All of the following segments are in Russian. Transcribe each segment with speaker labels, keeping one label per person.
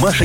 Speaker 1: Маша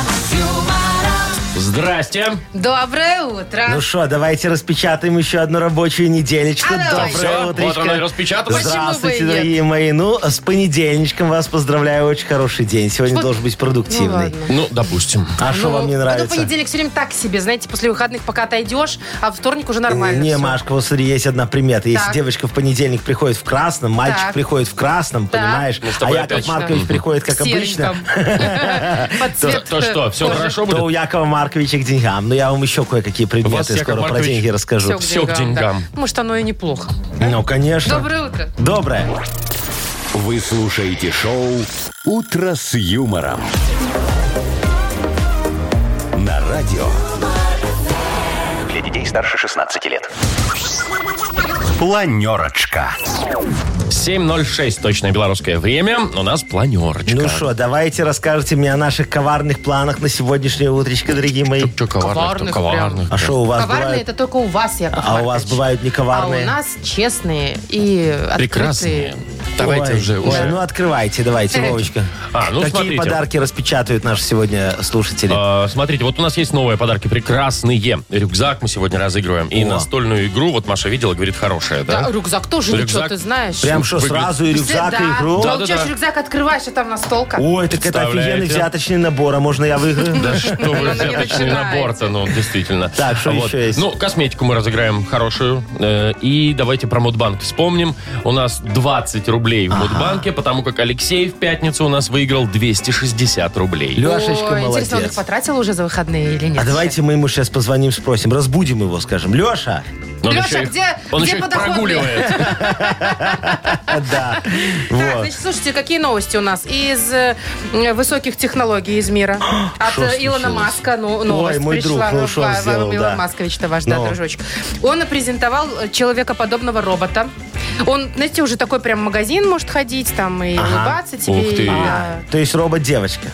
Speaker 2: Здрасте.
Speaker 3: Доброе утро.
Speaker 4: Ну что, давайте распечатаем еще одну рабочую неделечку.
Speaker 3: А, давай.
Speaker 2: Всё,
Speaker 4: Доброе
Speaker 2: вот
Speaker 4: утречко.
Speaker 2: оно и распечаталось.
Speaker 3: Почему бы и
Speaker 4: Здравствуйте,
Speaker 3: нет?
Speaker 4: дорогие мои. Ну, с понедельничком вас поздравляю. Очень хороший день. Сегодня
Speaker 3: Вот-
Speaker 4: должен быть
Speaker 3: Ну,
Speaker 4: продуктивный.
Speaker 3: ладно.
Speaker 2: Ну, допустим.
Speaker 4: а что
Speaker 3: Ну,
Speaker 4: вам не
Speaker 3: потом
Speaker 4: нравится?
Speaker 3: понедельник все время так себе, знаете, после выходных пока отойдешь, а вторник уже нормально.
Speaker 4: Не,
Speaker 3: всё.
Speaker 4: Машка, вот смотри, есть одна примета. Если
Speaker 3: Так.
Speaker 4: девочка в понедельник приходит в красном, мальчик
Speaker 3: Так.
Speaker 4: приходит в красном,
Speaker 3: Так.
Speaker 4: понимаешь?
Speaker 2: Ну, чтобы
Speaker 4: а Яков
Speaker 2: опять-
Speaker 4: Маркович приходит, как
Speaker 3: В
Speaker 4: обычно,
Speaker 3: сереньком. Под цвет
Speaker 2: То что, все
Speaker 3: кожи.
Speaker 2: хорошо
Speaker 4: то
Speaker 2: будет?
Speaker 4: у Якова Марковича к деньгам. Но я вам еще кое-какие
Speaker 2: вас,
Speaker 4: предметы
Speaker 2: Яков
Speaker 4: скоро про
Speaker 2: Маркович,
Speaker 4: деньги расскажу.
Speaker 3: Всё
Speaker 2: Всё к деньгам.
Speaker 3: да. Может, оно и неплохо.
Speaker 4: Ну, конечно.
Speaker 3: Доброе утро.
Speaker 4: Доброе.
Speaker 1: Вы слушаете шоу «Утро с юмором». На радио. Для детей старше 16 лет. Планерочка.
Speaker 2: 7.06, точное белорусское время. У нас планерочка.
Speaker 4: Ну что, давайте расскажете мне о наших коварных планах на сегодняшнее утречко, дорогие мои.
Speaker 2: Чё коварных-то,
Speaker 3: Коварных прям.
Speaker 2: коварных.
Speaker 4: А что у вас
Speaker 3: Коварные
Speaker 4: бывает?
Speaker 3: это только у вас, Яков
Speaker 4: А у вас
Speaker 3: Маркович.
Speaker 4: бывают не коварные?
Speaker 3: А у нас честные и открытые.
Speaker 2: Прекрасные. Давайте
Speaker 4: Ой,
Speaker 2: уже,
Speaker 4: ой,
Speaker 2: уже.
Speaker 4: ну открывайте, давайте, Вовочка.
Speaker 2: А, ну,
Speaker 4: Какие
Speaker 2: смотрите.
Speaker 4: подарки распечатают наши сегодня слушатели?
Speaker 2: А, Смотрите, вот у нас есть новые подарки. Прекрасные. Рюкзак мы сегодня разыгрываем. И
Speaker 4: О.
Speaker 2: настольную игру, вот Маша видела, говорит, хорошая, да?
Speaker 3: Да, рюкзак тоже
Speaker 2: Рюкзак.
Speaker 3: ничего, ты знаешь.
Speaker 4: Прям что,
Speaker 2: выглядит-
Speaker 4: сразу и рюкзак,
Speaker 3: да.
Speaker 4: и игру?
Speaker 2: Да.
Speaker 3: Получаешь рюкзак, открываешь, а там настолка.
Speaker 4: Ой, так это офигенный
Speaker 2: Представляете?
Speaker 4: взяточный набор, а можно я выиграю?
Speaker 2: Да что вы,
Speaker 3: Ну, не
Speaker 2: взяточный
Speaker 3: начинайте.
Speaker 2: набор-то, ну, действительно.
Speaker 4: Так, что еще есть?
Speaker 2: Ну, косметику мы разыграем хорошую. Э, И давайте про Мудбанк вспомним. У нас 20 рублей в Мудбанке, потому как Алексей в пятницу у нас выиграл 260 рублей.
Speaker 4: Лешечка,
Speaker 3: Ой, интересно, он их
Speaker 4: молодец.
Speaker 3: потратил уже за выходные или нет?
Speaker 4: А давайте мы ему сейчас позвоним, спросим, разбудим его, скажем. Леша?
Speaker 2: Но он
Speaker 3: Леша,
Speaker 2: еще их-
Speaker 3: где-
Speaker 2: Он
Speaker 3: где
Speaker 2: еще их
Speaker 3: подоходные?
Speaker 2: прогуливает.
Speaker 4: Да.
Speaker 3: Так,
Speaker 4: Вот.
Speaker 3: значит, слушайте, какие новости у нас из э, м, высоких технологий из мира. От
Speaker 4: Шо
Speaker 3: э, Илона
Speaker 4: случилось?
Speaker 3: Маска ну, новость
Speaker 4: мой друг,
Speaker 3: пришла.
Speaker 4: ну, шо он
Speaker 3: вам,
Speaker 4: сделал,
Speaker 3: Илон
Speaker 4: да.
Speaker 3: Маскович-то ваш, да,
Speaker 4: Ну.
Speaker 3: дружочек. Он презентовал э, человекоподобного робота. Он, знаете, уже такой прям магазин может ходить, там и
Speaker 4: Ага.
Speaker 3: улыбаться тебе.
Speaker 2: Ух ты.
Speaker 3: и,
Speaker 4: А,
Speaker 3: да.
Speaker 4: То есть робот-девочка.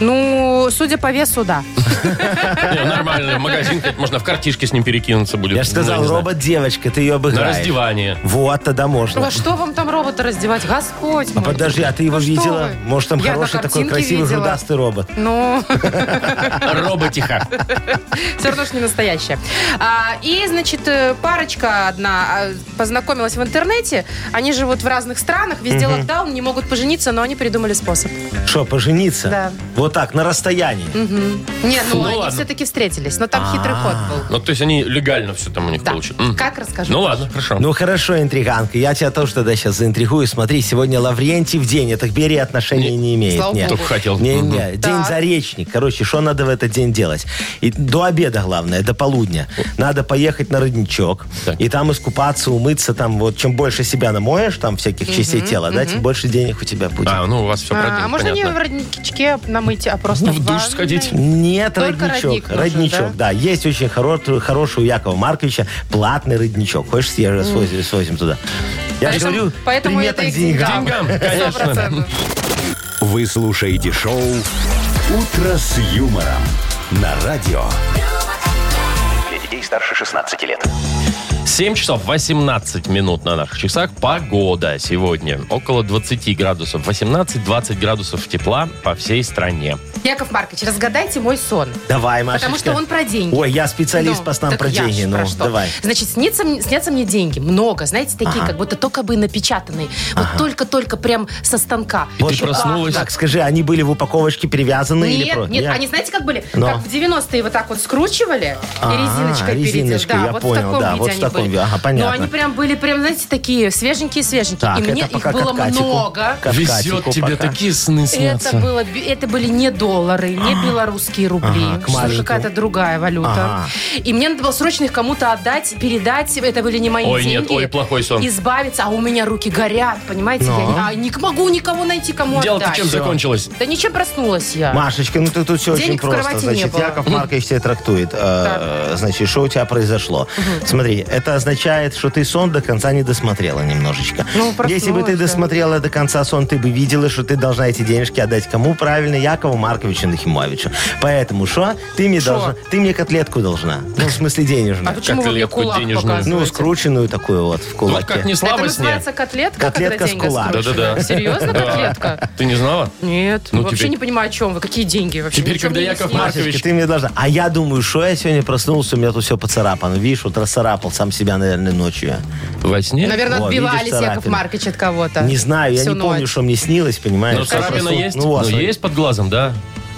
Speaker 3: Ну, судя по весу, да.
Speaker 2: Не, Нормально, в магазин, хоть можно в картишке с ним перекинуться будет.
Speaker 4: Я же сказал,
Speaker 2: Ну, не знаю.
Speaker 4: робот-девочка, ты ее
Speaker 2: На
Speaker 4: обыграешь.
Speaker 2: раздевание.
Speaker 4: Вот, тогда можно.
Speaker 3: Во что вам там робота раздевать? Господь
Speaker 4: А
Speaker 3: мой.
Speaker 4: подожди, а ты его
Speaker 3: Ну что
Speaker 4: видела?
Speaker 3: вы?
Speaker 4: Может, там
Speaker 3: Я на
Speaker 4: хороший такой
Speaker 3: картинке
Speaker 4: красивый
Speaker 3: видела.
Speaker 4: грудастый робот?
Speaker 3: Ну...
Speaker 2: Роботиха.
Speaker 3: Все равно что не настоящая. А, и, значит, э, парочка одна а, познакомилась в интернете. Они живут в разных странах, везде локдаун, не могут пожениться, но они придумали способ.
Speaker 4: Что, пожениться?
Speaker 3: Да.
Speaker 4: Вот так, на расстоянии.
Speaker 3: Не, ну,
Speaker 2: Ну
Speaker 3: они
Speaker 2: ладно.
Speaker 3: все-таки встретились, но там хитрый ход был.
Speaker 2: Ну, то есть они легально все там у них
Speaker 3: Да.
Speaker 2: получат. М.
Speaker 3: Как расскажу?
Speaker 2: Ну ладно, хорошо.
Speaker 4: Ну хорошо, интриганка. Я тебя тоже тогда сейчас заинтригую. Смотри, сегодня Лаврентий в день. Это к Берии отношения не, имеет.
Speaker 3: Слава
Speaker 4: нет.
Speaker 2: Только хотел.
Speaker 4: Не,
Speaker 2: Мгм.
Speaker 4: не, день
Speaker 3: Так.
Speaker 4: заречник. Короче, что надо в этот день делать? И до обеда, главное, до полудня. Надо поехать на родничок
Speaker 2: Так.
Speaker 4: и там искупаться, умыться. Там вот чем больше себя намоешь, там всяких частей тела, да, тем больше денег у тебя будет.
Speaker 2: А, ну у вас все про
Speaker 3: А,
Speaker 2: деньги,
Speaker 3: а можно не в
Speaker 2: понятно. Ну,
Speaker 3: родничке намыть, а просто
Speaker 2: В душ
Speaker 3: ванной?
Speaker 2: сходить?
Speaker 4: Нет,
Speaker 3: Только родник
Speaker 4: родничок.
Speaker 3: нужен,
Speaker 4: родничок, да? Есть очень хоро- хороший у Якова Марковича платный родничок. Хочешь, съезжу, свозим, свозим туда. Я же
Speaker 3: Поэтому-
Speaker 4: говорю,
Speaker 3: поэтому
Speaker 4: примета
Speaker 3: это и
Speaker 4: к
Speaker 3: к деньгам.
Speaker 4: деньгам.
Speaker 2: Деньгам, конечно.
Speaker 3: 100%.
Speaker 1: Вы слушаете шоу «Утро с юмором» на радио. Для детей старше 16 лет.
Speaker 2: 7 часов 18 минут на наших часах. Погода сегодня. Около 20 градусов. 18-20 градусов тепла по всей стране.
Speaker 3: Яков Маркович, разгадайте мой сон.
Speaker 4: Давай, Машечка.
Speaker 3: Потому что он про деньги.
Speaker 4: Ой, я специалист
Speaker 3: Ну,
Speaker 4: по снам
Speaker 3: так
Speaker 4: про
Speaker 3: я
Speaker 4: деньги.
Speaker 3: ж
Speaker 4: Ну,
Speaker 3: про что.
Speaker 4: давай.
Speaker 3: Значит, снится мне- снятся мне деньги. Много, знаете, такие,
Speaker 4: Ага.
Speaker 3: как будто только бы напечатанные. Вот только-только прям со станка.
Speaker 2: И ты
Speaker 3: Еще
Speaker 2: проснулась.
Speaker 4: Так, скажи, они были в упаковочке перевязаны
Speaker 3: Нет,
Speaker 4: или про-
Speaker 3: нет, они знаете, как были?
Speaker 4: Но.
Speaker 3: Как в 90-е вот так вот скручивали
Speaker 4: А,
Speaker 3: и резиночкой передел.
Speaker 4: резиночкой,
Speaker 3: Да,
Speaker 4: я
Speaker 3: вот
Speaker 4: понял,
Speaker 3: в таком
Speaker 4: да,
Speaker 3: виде
Speaker 4: вот в
Speaker 3: они
Speaker 4: таком
Speaker 3: были.
Speaker 4: виде, ага,
Speaker 3: Но
Speaker 4: понятно.
Speaker 3: они прям были, прям, знаете, такие свеженькие-свеженькие.
Speaker 4: Так,
Speaker 3: и
Speaker 4: это
Speaker 3: мне их
Speaker 4: пока
Speaker 3: было
Speaker 4: каткатику.
Speaker 3: много.
Speaker 4: Каткатику пока.
Speaker 2: сны
Speaker 3: Это, было, би- это были не доллары, не белорусские рубли.
Speaker 4: А. Ага, к
Speaker 3: что
Speaker 4: маленькому.
Speaker 3: какая-то другая валюта.
Speaker 4: Ага.
Speaker 3: И мне надо было срочно их кому-то отдать, передать. Это были не мои
Speaker 2: Ой,
Speaker 3: деньги.
Speaker 2: нет, ой, плохой сон.
Speaker 3: Избавиться, а у меня руки горят, понимаете?
Speaker 4: Но.
Speaker 3: Я не, а, не могу никого найти, кому
Speaker 2: Дело-то
Speaker 3: отдать.
Speaker 2: чем закончилось?
Speaker 3: Да ничем проснулась я.
Speaker 4: Машечка, ну ты тут все
Speaker 3: Денег
Speaker 4: очень
Speaker 3: в
Speaker 4: просто.
Speaker 3: кровати не
Speaker 4: Значит,
Speaker 3: было.
Speaker 4: Яков Маркович тебя трактует. Э, Значит, что у тебя произошло? Смотри, это это означает, что ты сон до конца не досмотрела немножечко.
Speaker 3: Ну, проснулась,
Speaker 4: Если бы ты
Speaker 3: да.
Speaker 4: досмотрела до конца сон, ты бы видела, что ты должна эти денежки отдать кому правильно? Якову Марковичу Нахимовичу. Поэтому что? Ты мне
Speaker 3: Шо?
Speaker 4: должна... Ты мне котлетку должна. Ну, в смысле
Speaker 3: А
Speaker 4: денежную.
Speaker 3: почему вы мне
Speaker 2: Котлетку
Speaker 3: кулак
Speaker 2: денежную.
Speaker 4: Ну,
Speaker 3: показываете?
Speaker 4: скрученную такую вот в
Speaker 2: Тут Ну, как
Speaker 4: кулаке.
Speaker 2: не
Speaker 3: Это
Speaker 2: слабость не.
Speaker 3: называется котлетка,
Speaker 4: Котлетка
Speaker 3: когда
Speaker 4: с
Speaker 3: деньги
Speaker 4: кулак.
Speaker 3: скручены?
Speaker 2: Да-да-да.
Speaker 3: Серьезно,
Speaker 2: Да.
Speaker 3: котлетка?
Speaker 2: Ты не знала?
Speaker 3: Нет,
Speaker 2: Ну,
Speaker 3: вообще
Speaker 2: теперь-
Speaker 3: не понимаю, о чем вы. Какие деньги вообще?
Speaker 2: Теперь,
Speaker 3: Ничего
Speaker 2: когда
Speaker 3: мне не
Speaker 2: Яков
Speaker 3: снилось.
Speaker 2: Маркович-
Speaker 4: Машечка, ты мне должна. А я думаю, что я сегодня проснулся, у меня тут все поцарапано. Видишь, вот расцарапал сам себя, наверное, ночью.
Speaker 2: Во сне?
Speaker 3: Наверное,
Speaker 4: Во,
Speaker 3: отбивались
Speaker 4: видишь,
Speaker 3: Яков
Speaker 4: царапина.
Speaker 3: Маркович от кого-то.
Speaker 4: Не знаю, я
Speaker 3: Всю
Speaker 4: не помню,
Speaker 3: ночь.
Speaker 4: что мне снилось, понимаешь?
Speaker 2: Но
Speaker 4: Я
Speaker 2: царапина
Speaker 4: проснулся-
Speaker 2: есть?
Speaker 4: Ну, вот,
Speaker 2: Ну,
Speaker 4: смотри.
Speaker 2: есть под глазом, да?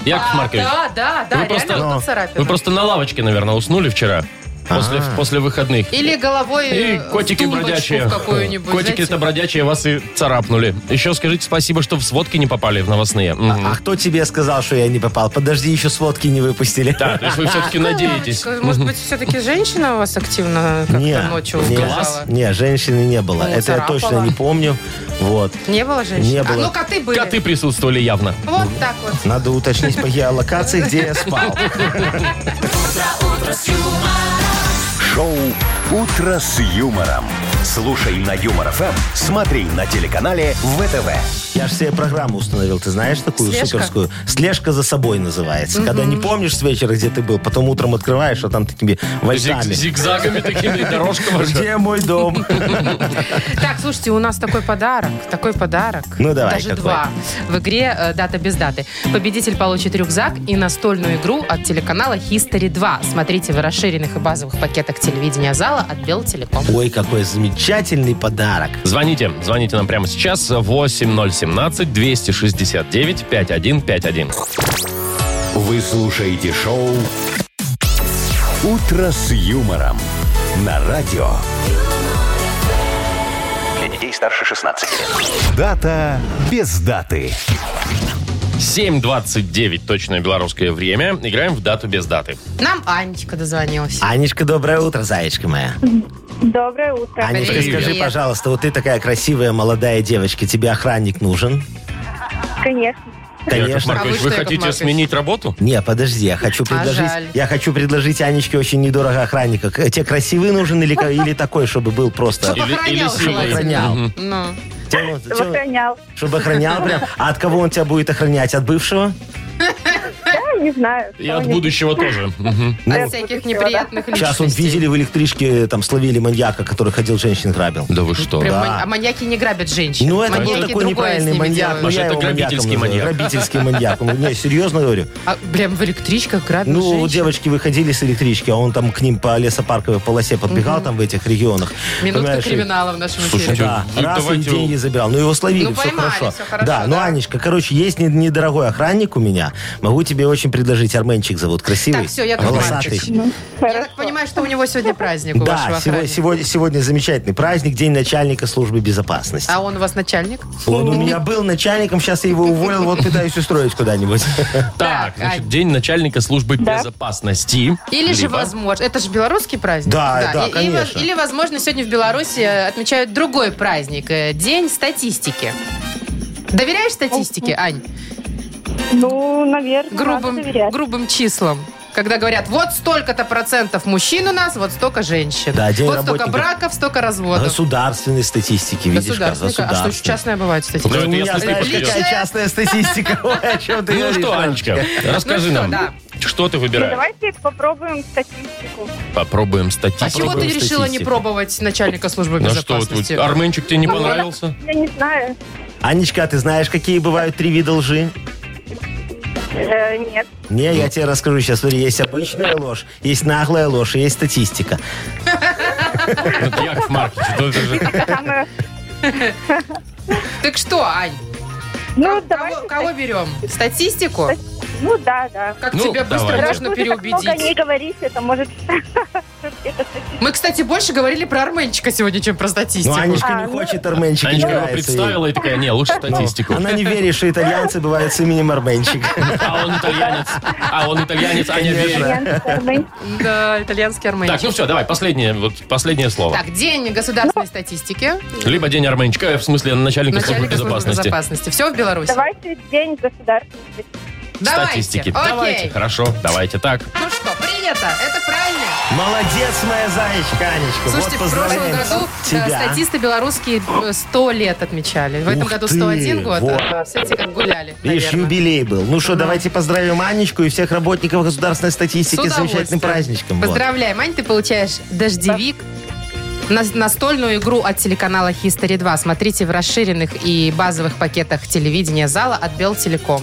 Speaker 2: Яков
Speaker 3: А,
Speaker 2: Маркович,
Speaker 3: Да,
Speaker 4: Ну,
Speaker 3: да, да,
Speaker 2: Вы
Speaker 3: реально
Speaker 2: просто-
Speaker 3: была
Speaker 4: Но.
Speaker 3: царапина.
Speaker 2: вы просто на лавочке, наверное, уснули вчера? После,
Speaker 4: А.
Speaker 2: после выходных.
Speaker 3: Или головой
Speaker 2: И
Speaker 3: э, в
Speaker 2: котики
Speaker 3: тумбочку
Speaker 2: бродячие.
Speaker 3: в какую-нибудь.
Speaker 2: Котики-то
Speaker 3: знаете.
Speaker 2: бродячие вас и царапнули. Еще скажите спасибо, что в сводки не попали в новостные. Мгм.
Speaker 4: А кто тебе сказал, что я не попал? Подожди, еще сводки не выпустили.
Speaker 2: Да, то есть вы все-таки надеетесь.
Speaker 3: Галочка, Ну, Может быть, все-таки женщина у вас активно как-то
Speaker 4: Не,
Speaker 3: ночью
Speaker 4: не,
Speaker 3: убежала?
Speaker 4: не, женщины не было.
Speaker 3: Ну,
Speaker 4: Это я
Speaker 3: царапала.
Speaker 4: точно не помню. Вот.
Speaker 3: Не было женщины?
Speaker 4: Не
Speaker 3: А,
Speaker 4: было.
Speaker 3: ну, коты были.
Speaker 2: Коты присутствовали явно.
Speaker 3: Вот так вот.
Speaker 4: Надо уточнить по геолокации, где я спал.
Speaker 1: Шоу «Утро с юмором». Слушай на Юмор ФМ, смотри на телеканале ВТВ.
Speaker 4: Я же себе программу установил, ты знаешь такую
Speaker 3: Слежка?
Speaker 4: суперскую? Слежка за собой называется. Когда не помнишь с вечера, где ты был, потом утром открываешь, а там такими
Speaker 2: Зиг-
Speaker 4: вольтами.
Speaker 2: зигзагами такими, дорожка ваша.
Speaker 4: Где мой дом?
Speaker 3: Так, слушайте, у нас такой подарок, такой подарок.
Speaker 4: Ну, давай,
Speaker 3: Даже
Speaker 4: какой?
Speaker 3: два. В игре э, «Дата без даты». Победитель получит рюкзак и настольную игру от телеканала History 2. Смотрите в расширенных и базовых пакетах телевидения зала от Белтелеком.
Speaker 4: Ой, какой замечательный подарок.
Speaker 2: Звоните, звоните нам прямо сейчас 8017-269-5151.
Speaker 1: Вы слушаете шоу «Утро с юмором» на радио. Для детей старше 16 лет. Дата без даты.
Speaker 2: 7.29, точное белорусское время. Играем в дату без даты.
Speaker 3: Нам Анечка дозвонилась.
Speaker 4: Анечка, доброе утро, зайчка моя.
Speaker 5: Доброе утро.
Speaker 4: Анечка,
Speaker 2: Привет.
Speaker 4: скажи, пожалуйста, вот ты такая красивая молодая девочка, тебе охранник нужен?
Speaker 5: Конечно.
Speaker 2: Яков
Speaker 4: Конечно.
Speaker 3: А вы
Speaker 2: Маркович,
Speaker 3: что,
Speaker 2: вы
Speaker 3: Яков
Speaker 2: хотите
Speaker 3: Маркович?
Speaker 2: сменить работу?
Speaker 4: Не, подожди, я хочу предложить,
Speaker 3: А жаль.
Speaker 4: я хочу предложить Анечке очень недорого охранника. К- Тебе красивый нужен или, ко- или такой, чтобы был просто...
Speaker 3: Чтоб
Speaker 2: Или-
Speaker 3: охранял
Speaker 2: или сильный.
Speaker 3: желательно.
Speaker 4: Охранял.
Speaker 3: Ну.
Speaker 4: Тебе вот- тебе вот-
Speaker 5: Охранял.
Speaker 4: Чтобы охранял прям. А от кого он тебя будет охранять? От бывшего?
Speaker 5: Да, не знаю.
Speaker 2: И от будущего тоже. Мгм.
Speaker 3: От всяких неприятных личностей.
Speaker 4: Ну, Сейчас он видели в электричке, там словили маньяка, который ходил женщин грабил.
Speaker 2: Да вы что?
Speaker 3: Прям
Speaker 4: Да.
Speaker 3: мань- А маньяки не грабят женщин.
Speaker 4: Ну, это
Speaker 3: маньяки
Speaker 4: был такой
Speaker 3: другое с
Speaker 4: неправильный
Speaker 3: ними
Speaker 4: маньяк.
Speaker 3: делают.
Speaker 4: но
Speaker 2: Маша,
Speaker 4: я
Speaker 2: это
Speaker 4: его маньяком
Speaker 2: грабительский
Speaker 4: называю.
Speaker 2: маньяк.
Speaker 4: Грабительский маньяк. Он- Не, серьезно говорю.
Speaker 3: А прям в электричках грабят
Speaker 4: Ну,
Speaker 3: женщин.
Speaker 4: девочки выходили с электрички, а он там к ним по лесопарковой полосе подбегал там в этих регионах.
Speaker 3: Минутка
Speaker 4: Понимаешь, и-
Speaker 3: криминала в нашем
Speaker 2: Слушайте,
Speaker 3: эфире.
Speaker 4: Да,
Speaker 2: Ну,
Speaker 4: раз и
Speaker 2: давайте-
Speaker 4: деньги забирал. Ну, его словили,
Speaker 3: Ну,
Speaker 4: все,
Speaker 3: поймали,
Speaker 4: хорошо.
Speaker 3: всё хорошо,
Speaker 4: Да, ну,
Speaker 3: да.
Speaker 4: Анечка, короче, есть не- недорогой охранник у меня. Могу тебе очень предложить. Арменчик зовут. Красивый,
Speaker 3: Так, всё, Яков
Speaker 4: волосатый.
Speaker 3: Маркович. Я так понимаю, что у него сегодня праздник, у
Speaker 4: Да,
Speaker 3: вашего
Speaker 4: сего-
Speaker 3: охранника.
Speaker 4: сегодня, сегодня замечательный праздник, День начальника службы безопасности.
Speaker 3: А он у вас начальник?
Speaker 4: Он у меня был начальником, сейчас я его уволил, вот пытаюсь устроить куда-нибудь.
Speaker 2: Так,
Speaker 3: Так,
Speaker 2: значит,
Speaker 3: Ань.
Speaker 2: день начальника службы безопасности.
Speaker 3: Или же,
Speaker 2: Либо-
Speaker 3: возможно, это же белорусский праздник.
Speaker 4: Да, да,
Speaker 3: и- и во-
Speaker 4: конечно.
Speaker 3: или, возможно, сегодня в Беларуси э, отмечают другой праздник, э, День статистики. Доверяешь статистике, Ань?
Speaker 5: Ну, наверное,
Speaker 3: Грубым, грубым числам. Когда говорят, вот столько-то процентов мужчин у нас, вот столько женщин.
Speaker 4: Да, день
Speaker 3: вот столько
Speaker 4: работников.
Speaker 3: браков, столько разводов.
Speaker 4: Государственной статистики, видишь, как
Speaker 3: Государственный. А что, еще частная бывает
Speaker 2: Ну,
Speaker 4: Да
Speaker 2: это
Speaker 4: у
Speaker 3: статистика?
Speaker 4: меня,
Speaker 2: если ты
Speaker 4: знаешь,
Speaker 2: подберешь.
Speaker 4: какая частная статистика. Ой, о чем ты
Speaker 2: Ну
Speaker 4: говоришь,
Speaker 2: что, Анечка, расскажи
Speaker 3: Ну что,
Speaker 2: нам,
Speaker 3: да.
Speaker 2: что ты
Speaker 5: Ну,
Speaker 2: выбираешь?
Speaker 5: давайте попробуем статистику.
Speaker 2: Попробуем
Speaker 3: А
Speaker 2: статистику.
Speaker 3: чего ты
Speaker 4: Попробуем
Speaker 3: решила не
Speaker 4: статистику.
Speaker 3: пробовать начальника службы
Speaker 4: а
Speaker 2: Ну что, вот
Speaker 3: безопасности?
Speaker 2: Арменчик тебе не
Speaker 5: Ну,
Speaker 2: понравился?
Speaker 5: Я не знаю.
Speaker 4: Анечка, а ты знаешь, какие бывают три вида лжи?
Speaker 5: Э, нет.
Speaker 4: Не, я тебе расскажу сейчас. Смотри, есть обычная ложь, есть наглая ложь, и есть статистика.
Speaker 2: Вот Яков Маркович, ну это же-
Speaker 5: Самое-
Speaker 3: Так что, Ань,
Speaker 5: Ну,
Speaker 3: кого,
Speaker 5: давайте.
Speaker 3: кого берем? Статистику?
Speaker 5: Ну, да, да.
Speaker 3: Как
Speaker 2: Ну,
Speaker 3: тебя быстро
Speaker 2: давайте.
Speaker 5: Раз
Speaker 3: можно
Speaker 5: вы так много не
Speaker 3: переубедить?
Speaker 5: говорите, это может... Это статистика.
Speaker 3: Мы, кстати, больше говорили про Арменчика сегодня, чем про
Speaker 4: Ну,
Speaker 3: статистику.
Speaker 4: Анечка не
Speaker 5: А, ну-
Speaker 4: хочет, Арменчик не
Speaker 2: Анечка его
Speaker 4: нравится ей.
Speaker 2: представила и такая, не,
Speaker 3: Ну,
Speaker 2: лучше статистику.
Speaker 4: Она не верит, что итальянцы бывают с именем Арменчик.
Speaker 2: А он итальянец. А он итальянец, Аня верит.
Speaker 5: Итальянцы,
Speaker 3: Да, итальянский
Speaker 2: Так,
Speaker 3: Арменчик.
Speaker 2: ну все, давай, последнее, вот последнее
Speaker 4: ну,
Speaker 2: слово.
Speaker 3: Так, День государственной статистики.
Speaker 2: Либо день Арменчика, э, в смысле начальника службы
Speaker 3: Начальника службы
Speaker 2: безопасности.
Speaker 3: безопасности. Все в Беларуси?
Speaker 5: Давайте день государственной статистики.
Speaker 3: Давайте.
Speaker 2: Статистики.
Speaker 3: Окей.
Speaker 2: Давайте, хорошо, давайте так.
Speaker 3: Ну что, принято. Это правильно.
Speaker 4: Молодец, моя заячка, Анечка.
Speaker 3: Слушайте,
Speaker 4: вот
Speaker 3: в прошлом
Speaker 4: поздравляем
Speaker 3: году э,
Speaker 4: тебя.
Speaker 3: статисты белорусские э, 100 лет отмечали. В этом
Speaker 4: Ух
Speaker 3: году
Speaker 4: ты,
Speaker 3: 101 год.
Speaker 4: вот.
Speaker 3: а Все эти как гуляли,
Speaker 4: Видишь,
Speaker 3: наверное.
Speaker 4: юбилей был. Ну что, давайте поздравим Анечку и всех работников государственной
Speaker 3: С
Speaker 4: статистики с замечательным
Speaker 3: удовольствием.
Speaker 4: праздничком. Вот.
Speaker 3: Поздравляем, Ань, ты получаешь дождевик. На- Настольную игру от телеканала History 2 смотрите в расширенных и базовых пакетах телевидения зала от Белтелеком.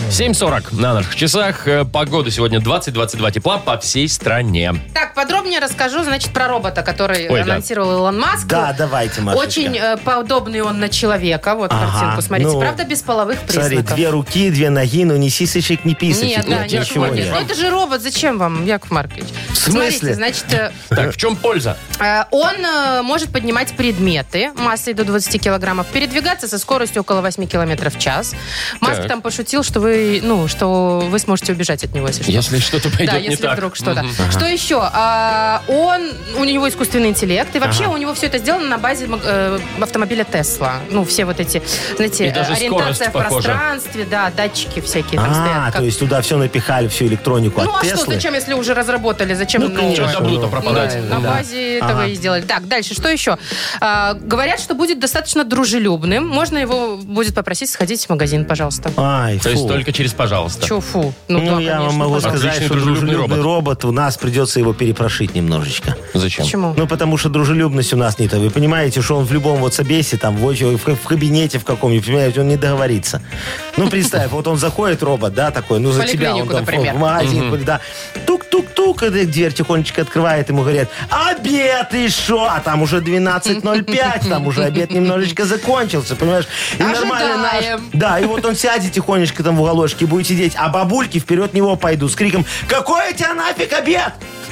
Speaker 2: 7.40 на наших часах. Э, Погода сегодня 20-22 тепла по всей стране.
Speaker 3: Так, подробнее расскажу, значит, про робота, который
Speaker 2: Ой, да.
Speaker 3: анонсировал Илон Маск.
Speaker 4: Да, давайте, Машечка.
Speaker 3: Очень э, подобный он на человека. Вот
Speaker 4: Ага,
Speaker 3: картинку, смотрите.
Speaker 4: ну,
Speaker 3: Правда, без половых
Speaker 4: Смотри,
Speaker 3: признаков.
Speaker 4: две руки, две ноги, но не сисочек, не
Speaker 3: Нет,
Speaker 4: писочек.
Speaker 3: да,
Speaker 4: Нет,
Speaker 3: Яков
Speaker 4: ничего
Speaker 3: Маркович.
Speaker 4: нет.
Speaker 3: Ну это же робот, зачем вам, Яков Маркович? В
Speaker 4: смысле?
Speaker 3: Смотрите, значит, э,
Speaker 2: Так, в чем польза?
Speaker 3: э, он э, может поднимать предметы массой до 20 килограммов, передвигаться со скоростью около 8 километров в час. Маск
Speaker 2: Так.
Speaker 3: там пошутил, что вы, ну, что вы сможете убежать от него, если что.
Speaker 2: Если что-то пойдет
Speaker 3: Да,
Speaker 2: не
Speaker 3: если
Speaker 2: так.
Speaker 3: вдруг что-то.
Speaker 2: Мгм.
Speaker 3: Что еще? А, он, у него искусственный интеллект, и вообще у него все это сделано на базе м, э, автомобиля Тесла. Ну, все вот эти, знаете,
Speaker 2: И даже
Speaker 3: э, ориентация
Speaker 2: скорость
Speaker 3: в
Speaker 2: похожа.
Speaker 3: пространстве, да, датчики всякие там стоят.
Speaker 4: А,
Speaker 3: как
Speaker 4: то есть туда все напихали, всю электронику
Speaker 3: ну
Speaker 4: от
Speaker 3: а что,
Speaker 4: Теслы.
Speaker 3: зачем, если уже разработали? Зачем
Speaker 4: Ну,
Speaker 3: на
Speaker 4: конечно.
Speaker 2: Чё
Speaker 3: него?
Speaker 2: добру-то
Speaker 4: Ну,
Speaker 2: пропадать?
Speaker 3: На базе этого
Speaker 4: Ага.
Speaker 3: и сделали. Так, дальше, что еще? А, говорят, что будет достаточно дружелюбным. Можно его будет попросить сходить в магазин, пожалуйста.
Speaker 4: Ай,
Speaker 2: То есть
Speaker 4: фу.
Speaker 2: только через «пожалуйста».
Speaker 3: Че, фу.
Speaker 4: Ну,
Speaker 3: да,
Speaker 4: я вам
Speaker 3: конечно,
Speaker 4: могу
Speaker 3: пожалуйста.
Speaker 4: сказать,
Speaker 2: Отличный
Speaker 4: что
Speaker 2: дружелюбный
Speaker 4: дружелюбный робот, у нас придется его перепрошить немножечко.
Speaker 2: Зачем?
Speaker 3: Почему?
Speaker 4: Ну, потому что дружелюбность у нас не то. Вы понимаете, что он в любом вот собесе, там, в, очереди, в, в кабинете в каком-нибудь, понимаете, он не договорится. Ну, представь, вот он заходит, робот, да, такой, ну, за тебя он
Speaker 3: поликлинику,
Speaker 4: там
Speaker 3: например.
Speaker 4: в магазин, ходит, да, тук-тук-тук, и дверь тихонечко открывает, ему говорят, обед и шо? А там уже 12.05, там уже обед немножечко закончился, понимаешь? И
Speaker 3: Ожидаем.
Speaker 4: Да, и вот он сядет тихонечко там в уголочке, и будет сидеть, а бабульки вперед него пойдут с криком, какой у тебя нафиг обед?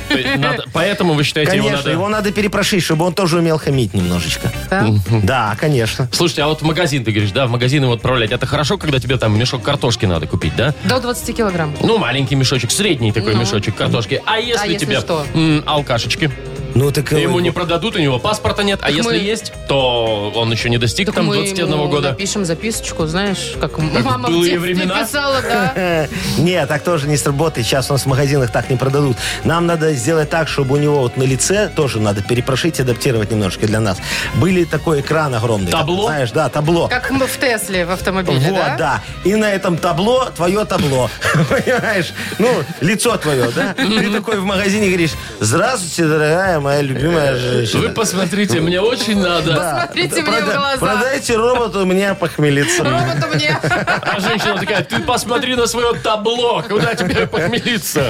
Speaker 2: То есть надо- Поэтому вы считаете, его
Speaker 4: Конечно,
Speaker 2: надо...
Speaker 4: его надо перепрошить, чтобы он тоже умел хамить немножечко.
Speaker 3: Да?
Speaker 4: Да, конечно.
Speaker 2: Слушайте, а вот в магазин, ты говоришь, да, в магазин его отправлять. Это хорошо, когда тебе там мешок картошки надо купить, да?
Speaker 3: До 20 килограмм.
Speaker 2: Ну, маленький мешочек, средний такой мешочек картошки. А если,
Speaker 3: Ну. А если
Speaker 2: тебе
Speaker 3: что?
Speaker 2: м, алкашечки?
Speaker 4: Ну так э,
Speaker 2: Ему не продадут, у него паспорта нет. А если
Speaker 3: мы-
Speaker 2: есть, то он еще не достиг там
Speaker 3: Мы
Speaker 2: 21
Speaker 3: ему
Speaker 2: года.
Speaker 3: напишем записочку, знаешь, как,
Speaker 2: Как
Speaker 3: мама
Speaker 2: в былые
Speaker 3: в детстве
Speaker 2: времена?
Speaker 3: писала, да.
Speaker 4: э, не, так тоже не сработает. Сейчас у нас в магазинах так не продадут. Нам надо сделать так, чтобы у него вот на лице тоже надо перепрошить, адаптировать немножко для нас. Были такой экран огромный.
Speaker 2: Табло?
Speaker 4: так, знаешь, да, табло.
Speaker 3: Как мы в Тесле в автомобиле,
Speaker 4: вот, да? И на этом табло твое табло. Понимаешь? Ну, лицо твое, да? Ты такой в магазине говоришь, здравствуйте, дорогая моя любимая женщина. А,
Speaker 2: Вы посмотрите, мне очень надо.
Speaker 3: Смотрите мне в
Speaker 4: Прода-
Speaker 3: глаза.
Speaker 4: Продайте роботу, мне похмелиться.
Speaker 3: Роботу мне.
Speaker 2: А женщина такая, ты посмотри на свое табло, куда тебе похмелиться.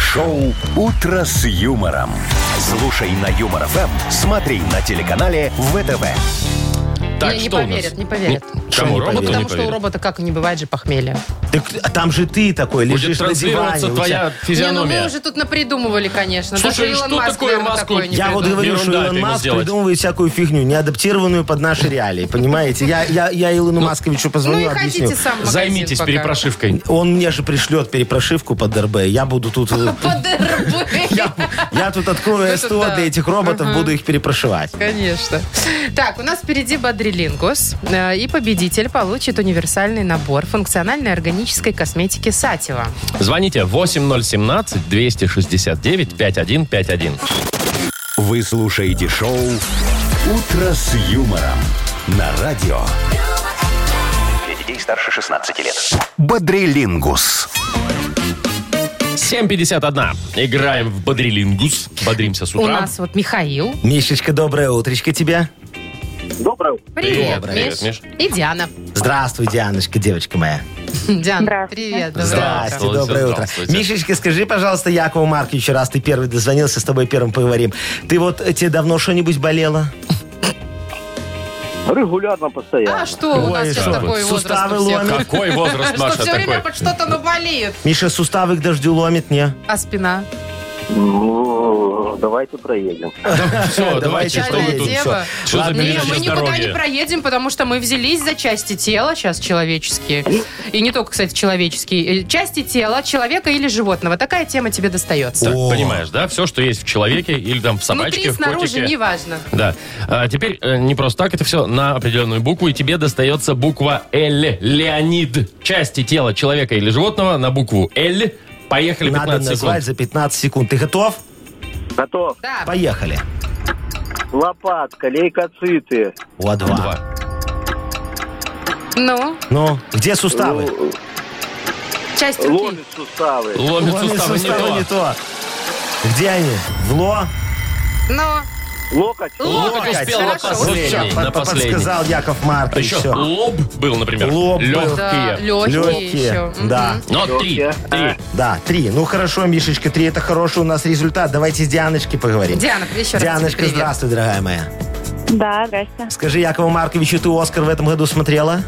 Speaker 1: Шоу «Утро с юмором». Слушай на Юмор ФМ, смотри на телеканале ВТВ.
Speaker 2: Так,
Speaker 3: Не, не
Speaker 2: что у нас?
Speaker 3: поверят, не поверят.
Speaker 2: Ну, Кому,
Speaker 4: не
Speaker 2: роботу не
Speaker 4: поверят?
Speaker 3: Потому что у
Speaker 2: поверят?
Speaker 3: робота как и не бывает же похмелья.
Speaker 4: Так а там же ты такой
Speaker 2: Ну, Будет
Speaker 4: лежишь на
Speaker 2: транслироваться
Speaker 4: диване. у тебя-
Speaker 2: твоя
Speaker 3: Не, ну
Speaker 2: физиономия.
Speaker 3: мы уже тут напридумывали, конечно.
Speaker 2: Слушай,
Speaker 3: Даже Илон
Speaker 2: что
Speaker 3: Маск,
Speaker 2: такое
Speaker 3: наверное,
Speaker 2: Маску?
Speaker 3: такое не
Speaker 4: Я вот
Speaker 2: придумал.
Speaker 4: говорю,
Speaker 2: Ерунда
Speaker 4: что
Speaker 2: это
Speaker 4: Илон
Speaker 2: ему
Speaker 4: Маск
Speaker 2: сделать.
Speaker 4: придумывает всякую фигню, не адаптированную под наши реалии, понимаете? Я, я, я Илону Масковичу
Speaker 3: Ну и
Speaker 4: позвоню, объясню.
Speaker 3: ходите сам в магазин
Speaker 2: Займитесь
Speaker 3: пока.
Speaker 2: перепрошивкой.
Speaker 4: Он мне же пришлет перепрошивку под РБ, я буду тут... э,
Speaker 3: Под РБ.
Speaker 4: Я тут открою
Speaker 3: Это
Speaker 4: СТО
Speaker 3: да.
Speaker 4: для этих роботов, буду их перепрошивать.
Speaker 3: Конечно. Так, у нас впереди Бодрилингус. э, И победитель получит универсальный набор функциональной органической косметики Сатева.
Speaker 2: Звоните 8017-269-5151.
Speaker 1: Вы слушаете шоу «Утро с юмором» на радио
Speaker 6: Для детей старше 16 лет.
Speaker 1: «Бодрилингус».
Speaker 2: 7.51. Играем в Бодрилингус. Бодримся с
Speaker 3: У
Speaker 2: утра.
Speaker 3: нас вот Михаил.
Speaker 4: Мишечка, доброе утречко тебе.
Speaker 7: Доброе утро.
Speaker 3: Привет,
Speaker 2: Доброе.
Speaker 3: Миш.
Speaker 2: Привет,
Speaker 3: И Диана.
Speaker 4: Здравствуй, Дианочка, девочка моя.
Speaker 3: Диана,
Speaker 5: Здравствуйте.
Speaker 3: привет. доброе утро.
Speaker 4: Здрасте,
Speaker 2: Здравствуйте,
Speaker 4: доброе утро.
Speaker 2: здравствуйте.
Speaker 4: Мишечка, скажи, пожалуйста, Якову Марковичу, раз ты первый дозвонился, с тобой первым поговорим. Ты вот, э, тебе давно что-нибудь болело?
Speaker 7: Регулярно, постоянно.
Speaker 3: А что у нас
Speaker 4: Ой,
Speaker 3: сейчас
Speaker 4: что
Speaker 3: такой
Speaker 4: вы,
Speaker 3: возраст
Speaker 4: суставы
Speaker 3: у всех?
Speaker 4: ломит?
Speaker 2: Какой возраст,
Speaker 3: Что
Speaker 2: Маша,
Speaker 3: все время
Speaker 2: такой?
Speaker 3: под что-то наболеет.
Speaker 4: Миша, суставы к дождю ломит, не?
Speaker 3: А спина?
Speaker 7: Ну, Все, давайте проедем.
Speaker 2: Все, давайте,
Speaker 4: Давайте,
Speaker 2: что вы
Speaker 3: Реальная
Speaker 2: тут...
Speaker 3: тема.
Speaker 2: Что за
Speaker 4: Ладно,
Speaker 3: Не, ну, мы
Speaker 2: передача
Speaker 3: никуда не
Speaker 2: здоровья?
Speaker 3: проедем, потому что мы взялись за части тела сейчас человеческие. И не только, кстати, человеческие. Э, Части тела человека или животного. Такая тема тебе достается.
Speaker 2: Так,
Speaker 4: О.
Speaker 2: понимаешь, да? Все, что есть в человеке или там в собачке,
Speaker 3: Внутри,
Speaker 2: в
Speaker 3: снаружи,
Speaker 2: котике.
Speaker 3: неважно.
Speaker 2: Да. А теперь э, не просто так, это все на определенную букву, и тебе достается буква Л. Леонид. Части тела человека или животного на букву Л. Поехали,
Speaker 4: Надо
Speaker 2: 15 секунд.
Speaker 4: назвать за 15 секунд. Ты готов?
Speaker 7: Готов.
Speaker 2: А.
Speaker 3: Да.
Speaker 4: Поехали.
Speaker 7: Лопатка, лейкоциты.
Speaker 4: О, два.
Speaker 2: Два.
Speaker 3: Ну,
Speaker 4: Ну, где суставы?
Speaker 7: Л-
Speaker 3: часть руки.
Speaker 7: Ломит суставы.
Speaker 2: Ломит
Speaker 4: Вон и
Speaker 2: суставы, не то.
Speaker 4: Где они? Вло?
Speaker 3: Ну,
Speaker 7: Локоть.
Speaker 2: Локоть
Speaker 3: локоть.
Speaker 2: успел на
Speaker 3: Хорошо, вот
Speaker 2: последний.
Speaker 3: всё.
Speaker 2: последний. на
Speaker 4: под- подсказал Яков
Speaker 2: А
Speaker 4: Маркович.
Speaker 2: еще
Speaker 4: всё.
Speaker 2: лоб был, например.
Speaker 4: Лоб был.
Speaker 3: Да,
Speaker 2: Легкие.
Speaker 3: легкие,
Speaker 4: Легкие,
Speaker 3: еще. Мгм.
Speaker 4: да.
Speaker 2: Но три.
Speaker 7: Легкие.
Speaker 2: Три.
Speaker 4: Да, три. Ну хорошо, Мишечка, три это хороший у нас результат. Давайте с Дианочкой поговорим.
Speaker 3: Диана, еще раз тебе
Speaker 4: Дианочка,
Speaker 3: привет.
Speaker 4: здравствуй, дорогая моя.
Speaker 5: Да, здрасте.
Speaker 4: Скажи, Якову Марковичу, ты Оскар в этом году смотрела?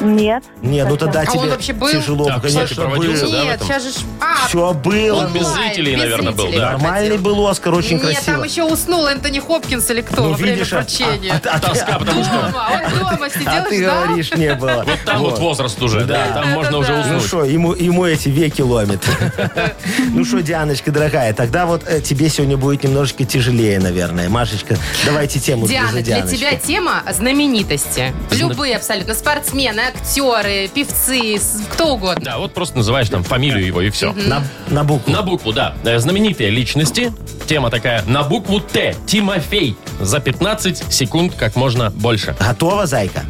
Speaker 5: Нет.
Speaker 4: Не, ну тогда
Speaker 3: А он
Speaker 4: тебе
Speaker 3: вообще был?
Speaker 4: тяжело,
Speaker 2: Так, кстати,
Speaker 4: конечно,
Speaker 2: проводился,
Speaker 4: был.
Speaker 2: да, в
Speaker 3: Нет,
Speaker 2: этом?
Speaker 3: сейчас же... ж- А,
Speaker 4: Все было.
Speaker 2: Он без
Speaker 4: ну.
Speaker 3: онлайн,
Speaker 2: зрителей, наверное, был,
Speaker 3: зрителей
Speaker 2: да.
Speaker 3: проходил.
Speaker 4: Нормальный был Оскар, очень
Speaker 3: Нет, там
Speaker 4: красиво.
Speaker 3: еще уснул Энтони Хопкинс или кто во время
Speaker 4: а-
Speaker 3: вручения.
Speaker 4: а- а- а-
Speaker 2: Тоска, потому что...
Speaker 3: Дома, он дома
Speaker 4: а
Speaker 3: сидел и
Speaker 4: ты
Speaker 3: ждал.
Speaker 4: говоришь, не было.
Speaker 2: Вот там вот возраст уже, да,
Speaker 4: Да.
Speaker 2: там можно
Speaker 3: Это
Speaker 2: уже
Speaker 3: да.
Speaker 4: Ну
Speaker 2: уснуть.
Speaker 4: что, ему, ему эти веки ломит. Ну что, Дианочка, дорогая, тогда вот э, тебе сегодня будет немножечко тяжелее, наверное. Машечка, давайте тему
Speaker 3: Диана,
Speaker 4: за
Speaker 3: для
Speaker 4: Дианочку.
Speaker 3: тебя тема знаменитости. Любые абсолютно. Спортсмены, актеры, певцы, с- кто угодно.
Speaker 2: Да, вот просто называешь там фамилию его и все.
Speaker 4: На, на букву.
Speaker 2: На букву, да. Э, Знаменитые личности. Тема такая. На букву Т. Тимофей. За 15 секунд как можно больше.
Speaker 4: Готова, зайка?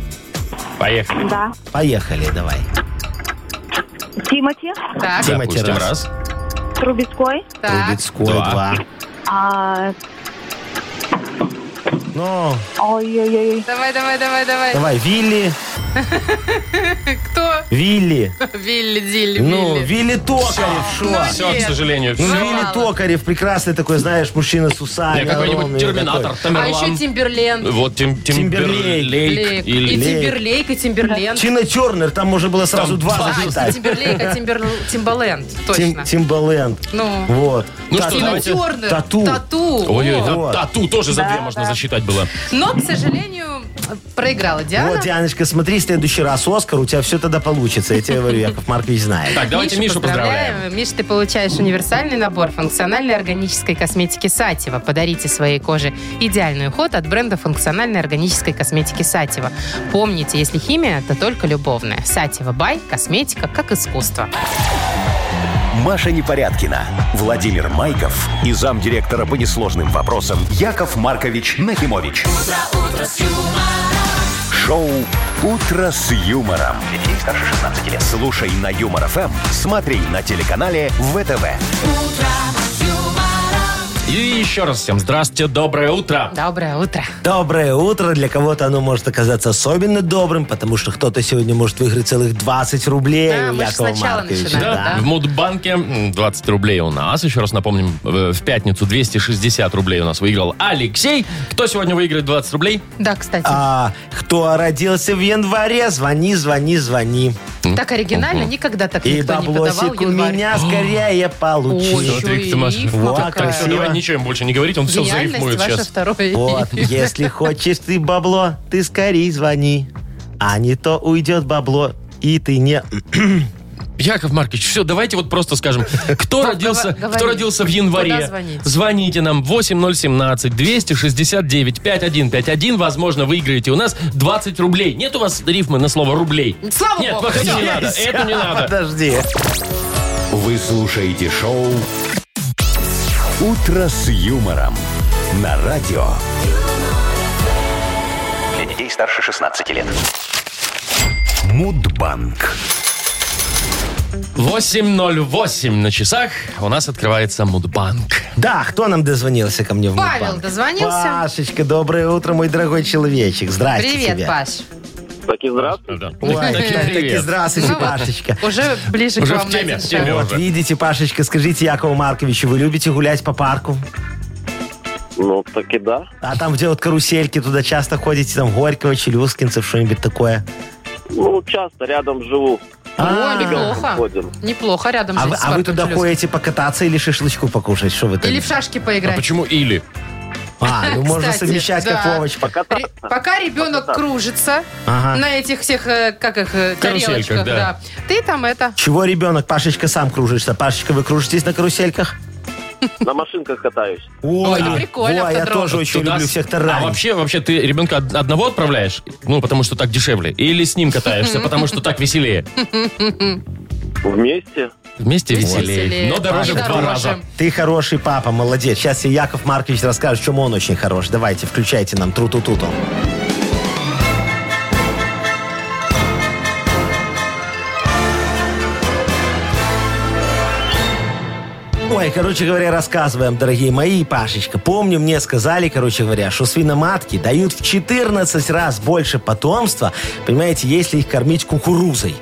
Speaker 2: Поехали.
Speaker 5: Да.
Speaker 4: Поехали, давай.
Speaker 5: Тимати,
Speaker 3: Так,
Speaker 4: Тема
Speaker 2: Допустим,
Speaker 4: террас.
Speaker 2: раз.
Speaker 5: Трубецкой.
Speaker 3: так.
Speaker 4: Трубецкой,
Speaker 2: Два.
Speaker 4: два.
Speaker 5: А,
Speaker 4: Ну,
Speaker 5: Ой-ой-ой.
Speaker 3: Давай, давай, давай, давай.
Speaker 4: давай, Вилли,
Speaker 3: Кто?
Speaker 4: Вилли.
Speaker 3: Вилли, Дилли,
Speaker 4: Ну,
Speaker 3: Вилли.
Speaker 4: Вилли Токарев, шо?
Speaker 3: ну,
Speaker 2: Все, к
Speaker 3: Нет.
Speaker 2: сожалению.
Speaker 4: Ну,
Speaker 2: а всё.
Speaker 4: Вилли
Speaker 3: Мало.
Speaker 4: Токарев, прекрасный такой, знаешь, мужчина с усами.
Speaker 2: Я какой-нибудь
Speaker 4: огромный
Speaker 2: терминатор,
Speaker 4: такой.
Speaker 3: А
Speaker 2: Тамерлан.
Speaker 3: еще Тимберлен.
Speaker 2: Вот Тим,
Speaker 4: Тимберлейк.
Speaker 2: Тимберлейк.
Speaker 3: И
Speaker 2: Или...
Speaker 3: Тимберлейк, и Тимберлен.
Speaker 4: Тина Тернер, там можно было сразу
Speaker 2: Там
Speaker 4: два
Speaker 2: два.
Speaker 3: А,
Speaker 4: зачитать.
Speaker 3: Тимберлейк, а Тимбер- Тимбаленд. Точно.
Speaker 4: Тим- Тимбаленд.
Speaker 3: Ну,
Speaker 4: Вот.
Speaker 2: Ну
Speaker 4: Тату.
Speaker 2: что,
Speaker 3: Тима
Speaker 2: давайте.
Speaker 3: Тернер.
Speaker 4: Тату.
Speaker 3: Тату.
Speaker 2: Ой-ой,
Speaker 3: О.
Speaker 2: там
Speaker 4: Вот.
Speaker 2: тату тоже за две можно засчитать было.
Speaker 3: Но, к сожалению, проиграла Диана.
Speaker 4: Вот, Дианочка, смотри, в следующий раз Оскар, у тебя все тогда получится. Я тебе говорю, Яков Маркович знает.
Speaker 2: Так, давайте Мишу поздравляем.
Speaker 3: Миш, ты получаешь универсальный набор функциональной органической косметики Сатева. Подарите своей коже идеальный уход от бренда функциональной органической косметики Сатева. Помните, если химия, то только любовная. Сатева Бай. Косметика как искусство.
Speaker 1: Маша Непорядкина, Владимир Майков и замдиректора по несложным вопросам Яков Маркович Нахимович. Шоу Утро с юмором. Детей старше 16 лет. Слушай на юмор ФМ, смотри на телеканале ВТВ.
Speaker 2: И еще раз всем здравствуйте, доброе утро.
Speaker 3: Доброе утро.
Speaker 4: Доброе утро. Для кого-то оно может оказаться особенно добрым, потому что кто-то сегодня может выиграть целых 20 рублей
Speaker 3: Да,
Speaker 4: у
Speaker 3: мы же
Speaker 4: Якова
Speaker 3: сначала
Speaker 4: Марковича.
Speaker 3: начинаем,
Speaker 4: да.
Speaker 3: да.
Speaker 2: В Мудбанке м, 20 рублей у нас. Еще раз напомним, э, в пятницу 260 рублей у нас выиграл Алексей. Кто сегодня выиграет 20 рублей?
Speaker 3: Да, кстати.
Speaker 4: А, кто родился в январе, звони, звони, звони.
Speaker 3: так оригинально никогда так
Speaker 4: И
Speaker 3: никто не подавал
Speaker 4: баблосик у
Speaker 3: январь.
Speaker 4: меня скорее
Speaker 3: Ой,
Speaker 4: получи.
Speaker 3: Еще и рифма
Speaker 4: Вот,
Speaker 3: такая.
Speaker 2: Все, давай
Speaker 4: красиво.
Speaker 2: ничего им больше не говорить, он все
Speaker 3: Гениальность
Speaker 2: зарифмует
Speaker 3: ваша
Speaker 2: сейчас.
Speaker 3: второе
Speaker 4: Вот,
Speaker 3: имя.
Speaker 4: если хочешь ты бабло, ты скорей звони. А не то уйдет бабло, и ты не...
Speaker 2: Яков Маркович, все, давайте вот просто скажем, кто родился,
Speaker 3: говори.
Speaker 2: кто родился в
Speaker 3: Куда
Speaker 2: январе,
Speaker 3: звонить?
Speaker 2: звоните нам 8017-269-5151, возможно, выиграете у нас 20 рублей. Нет у вас рифмы на слово «рублей»?
Speaker 3: Слава
Speaker 2: Нет,
Speaker 3: богу.
Speaker 2: вот это не надо, это не надо.
Speaker 4: Подожди.
Speaker 1: Вы слушаете шоу Утро с юмором на радио.
Speaker 6: Для детей старше 16 лет.
Speaker 1: Мудбанк.
Speaker 2: 8.08 на часах у нас открывается Мудбанк.
Speaker 4: Да, кто нам дозвонился ко мне в
Speaker 3: Павел
Speaker 4: Мудбанк?
Speaker 3: дозвонился.
Speaker 4: Пашечка, доброе утро, мой дорогой человечек. Здрасте
Speaker 3: Привет,
Speaker 4: тебе.
Speaker 3: Паш.
Speaker 7: Так и здравствуй.
Speaker 2: Да.
Speaker 4: Ой,
Speaker 2: Так и
Speaker 4: так и
Speaker 2: Ну, привет.
Speaker 4: здравствуйте,
Speaker 3: Ну вот.
Speaker 4: Пашечка.
Speaker 3: Уже ближе
Speaker 2: Уже
Speaker 3: к вам.
Speaker 2: в теме,
Speaker 3: Наденька.
Speaker 2: в теме.
Speaker 4: Вот
Speaker 2: уже.
Speaker 4: видите, Пашечка, скажите Якову Марковичу, вы любите гулять по парку?
Speaker 7: Ну, так и да.
Speaker 4: А там, где вот карусельки, туда часто ходите, там Горького, Челюскинцев, что-нибудь такое.
Speaker 7: Ну, часто рядом живу.
Speaker 3: О, неплохо.
Speaker 7: Ходим.
Speaker 3: Неплохо рядом
Speaker 4: А
Speaker 3: жить
Speaker 4: вы,
Speaker 3: с
Speaker 4: а вы
Speaker 3: парком
Speaker 4: туда
Speaker 3: Челюскин.
Speaker 4: ходите покататься или шашлычку покушать? Что вы там?
Speaker 3: Или в шашки
Speaker 2: А
Speaker 3: поиграть.
Speaker 2: почему или?
Speaker 4: А, ну можно
Speaker 3: Кстати,
Speaker 4: совмещать, как
Speaker 3: да.
Speaker 4: Вовочка.
Speaker 3: Ре- Пока ребенок кружится
Speaker 4: Ага.
Speaker 3: на этих всех, э, как их, э,
Speaker 2: Карусельках,
Speaker 3: тарелочках,
Speaker 2: да.
Speaker 3: да. Ты там это...
Speaker 4: Чего ребенок? Пашечка сам кружишься. Пашечка, вы кружитесь на карусельках?
Speaker 7: На машинках катаюсь.
Speaker 4: Ой,
Speaker 3: это ну прикольно,
Speaker 4: Во, я
Speaker 3: автодром.
Speaker 4: тоже очень
Speaker 2: Туда
Speaker 4: люблю
Speaker 2: с-
Speaker 4: всех
Speaker 2: А
Speaker 4: таранить.
Speaker 2: вообще, вообще ты ребенка од- одного отправляешь? Ну, потому что так дешевле. Или с ним катаешься, потому что так веселее.
Speaker 7: Вместе.
Speaker 2: Вместе
Speaker 3: веселее,
Speaker 2: веселее. Но дороже в два
Speaker 3: дороже.
Speaker 2: раза.
Speaker 4: Ты хороший папа, молодец. Сейчас тебе Яков Маркович расскажет, чем он очень хорош. Давайте, включайте нам тру-ту-ту-ту. Ой, короче говоря, рассказываем, дорогие мои, и Пашечка. Помню, мне сказали, короче говоря, что свиноматки дают в 14 раз больше потомства, понимаете, если их кормить кукурузой.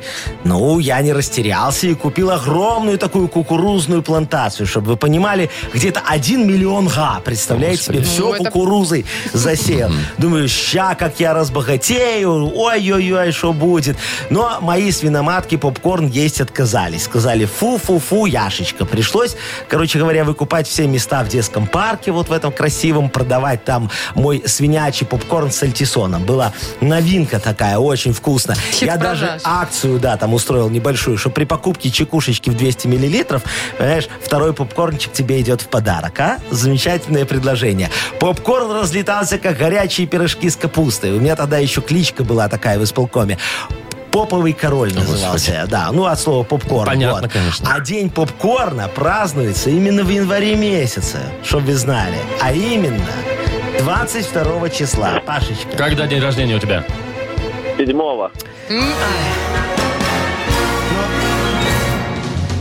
Speaker 4: Ну, я не растерялся и купил огромную такую кукурузную плантацию, чтобы вы понимали, где-то 1 миллион га, представляете себе, все
Speaker 3: Ну, это
Speaker 4: кукурузой засеял. Думаю, ща, как я разбогатею, ой-ой-ой, что будет. Но мои свиноматки попкорн есть отказались. Сказали, фу-фу-фу, Яшечка. Пришлось, короче говоря, выкупать все места в детском парке, вот в этом красивом, продавать там мой свинячий попкорн с альтисоном. Была новинка такая, очень вкусно. Я даже
Speaker 3: Хит-продаж.
Speaker 4: акцию, да, там устроил небольшую, что при покупке чекушечки в 200 миллилитров, понимаешь, второй попкорнчик тебе идет в подарок, а? Замечательное предложение. Попкорн разлетался, как горячие пирожки с капустой. У меня тогда еще кличка была такая в исполкоме. Поповый король назывался, я, да. Ну, от слова попкорн.
Speaker 2: Понятно,
Speaker 4: вот.
Speaker 2: конечно.
Speaker 4: А день попкорна празднуется именно в январе месяце, чтобы вы знали. А именно 22 числа. Пашечка.
Speaker 2: Когда день рождения у тебя?
Speaker 7: Седьмого.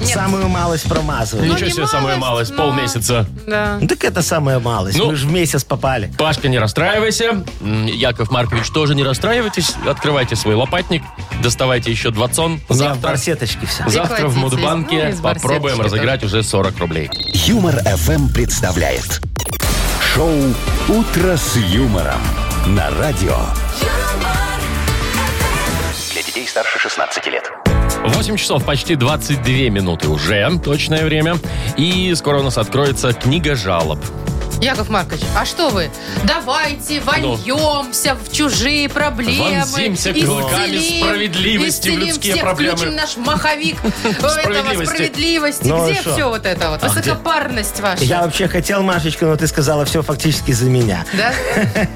Speaker 3: Нет.
Speaker 4: Самую малость промазываешь.
Speaker 3: Ну,
Speaker 2: Ничего
Speaker 3: не
Speaker 2: себе, самое малость,
Speaker 3: малость, но-
Speaker 2: полмесяца.
Speaker 3: Да.
Speaker 4: Ну так это самая малость.
Speaker 2: Ну.
Speaker 4: Мы же в месяц попали.
Speaker 2: Пашка, не расстраивайся. М, Яков Маркович, тоже не расстраивайтесь. Открывайте свой лопатник, доставайте еще 20
Speaker 4: Да, в
Speaker 2: Завтра,
Speaker 4: барсеточке вся.
Speaker 2: завтра в
Speaker 3: Прекратите, ну,
Speaker 2: Мудбанке
Speaker 3: из
Speaker 2: попробуем
Speaker 3: барсеточки
Speaker 2: разыграть уже 40 рублей.
Speaker 1: Юмор FM представляет шоу Утро с юмором на радио.
Speaker 6: Для детей старше 16 лет.
Speaker 2: 8 часов, почти 22 минуты уже, точное время. И скоро у нас откроется книга жалоб.
Speaker 3: Яков Маркович, а что вы? Давайте вольемся в чужие проблемы.
Speaker 2: Вонзимся клыками
Speaker 3: исцелим-
Speaker 2: справедливости в
Speaker 3: исцелим
Speaker 2: людские
Speaker 3: всех,
Speaker 2: проблемы.
Speaker 3: включим наш маховик э, этого
Speaker 2: Справедливости.
Speaker 3: справедливости.
Speaker 4: Ну, а
Speaker 3: Где
Speaker 4: что?
Speaker 3: все вот это вот? Высокопарность ваша.
Speaker 4: Я вообще хотел, Машечка, но ты сказала все фактически за меня.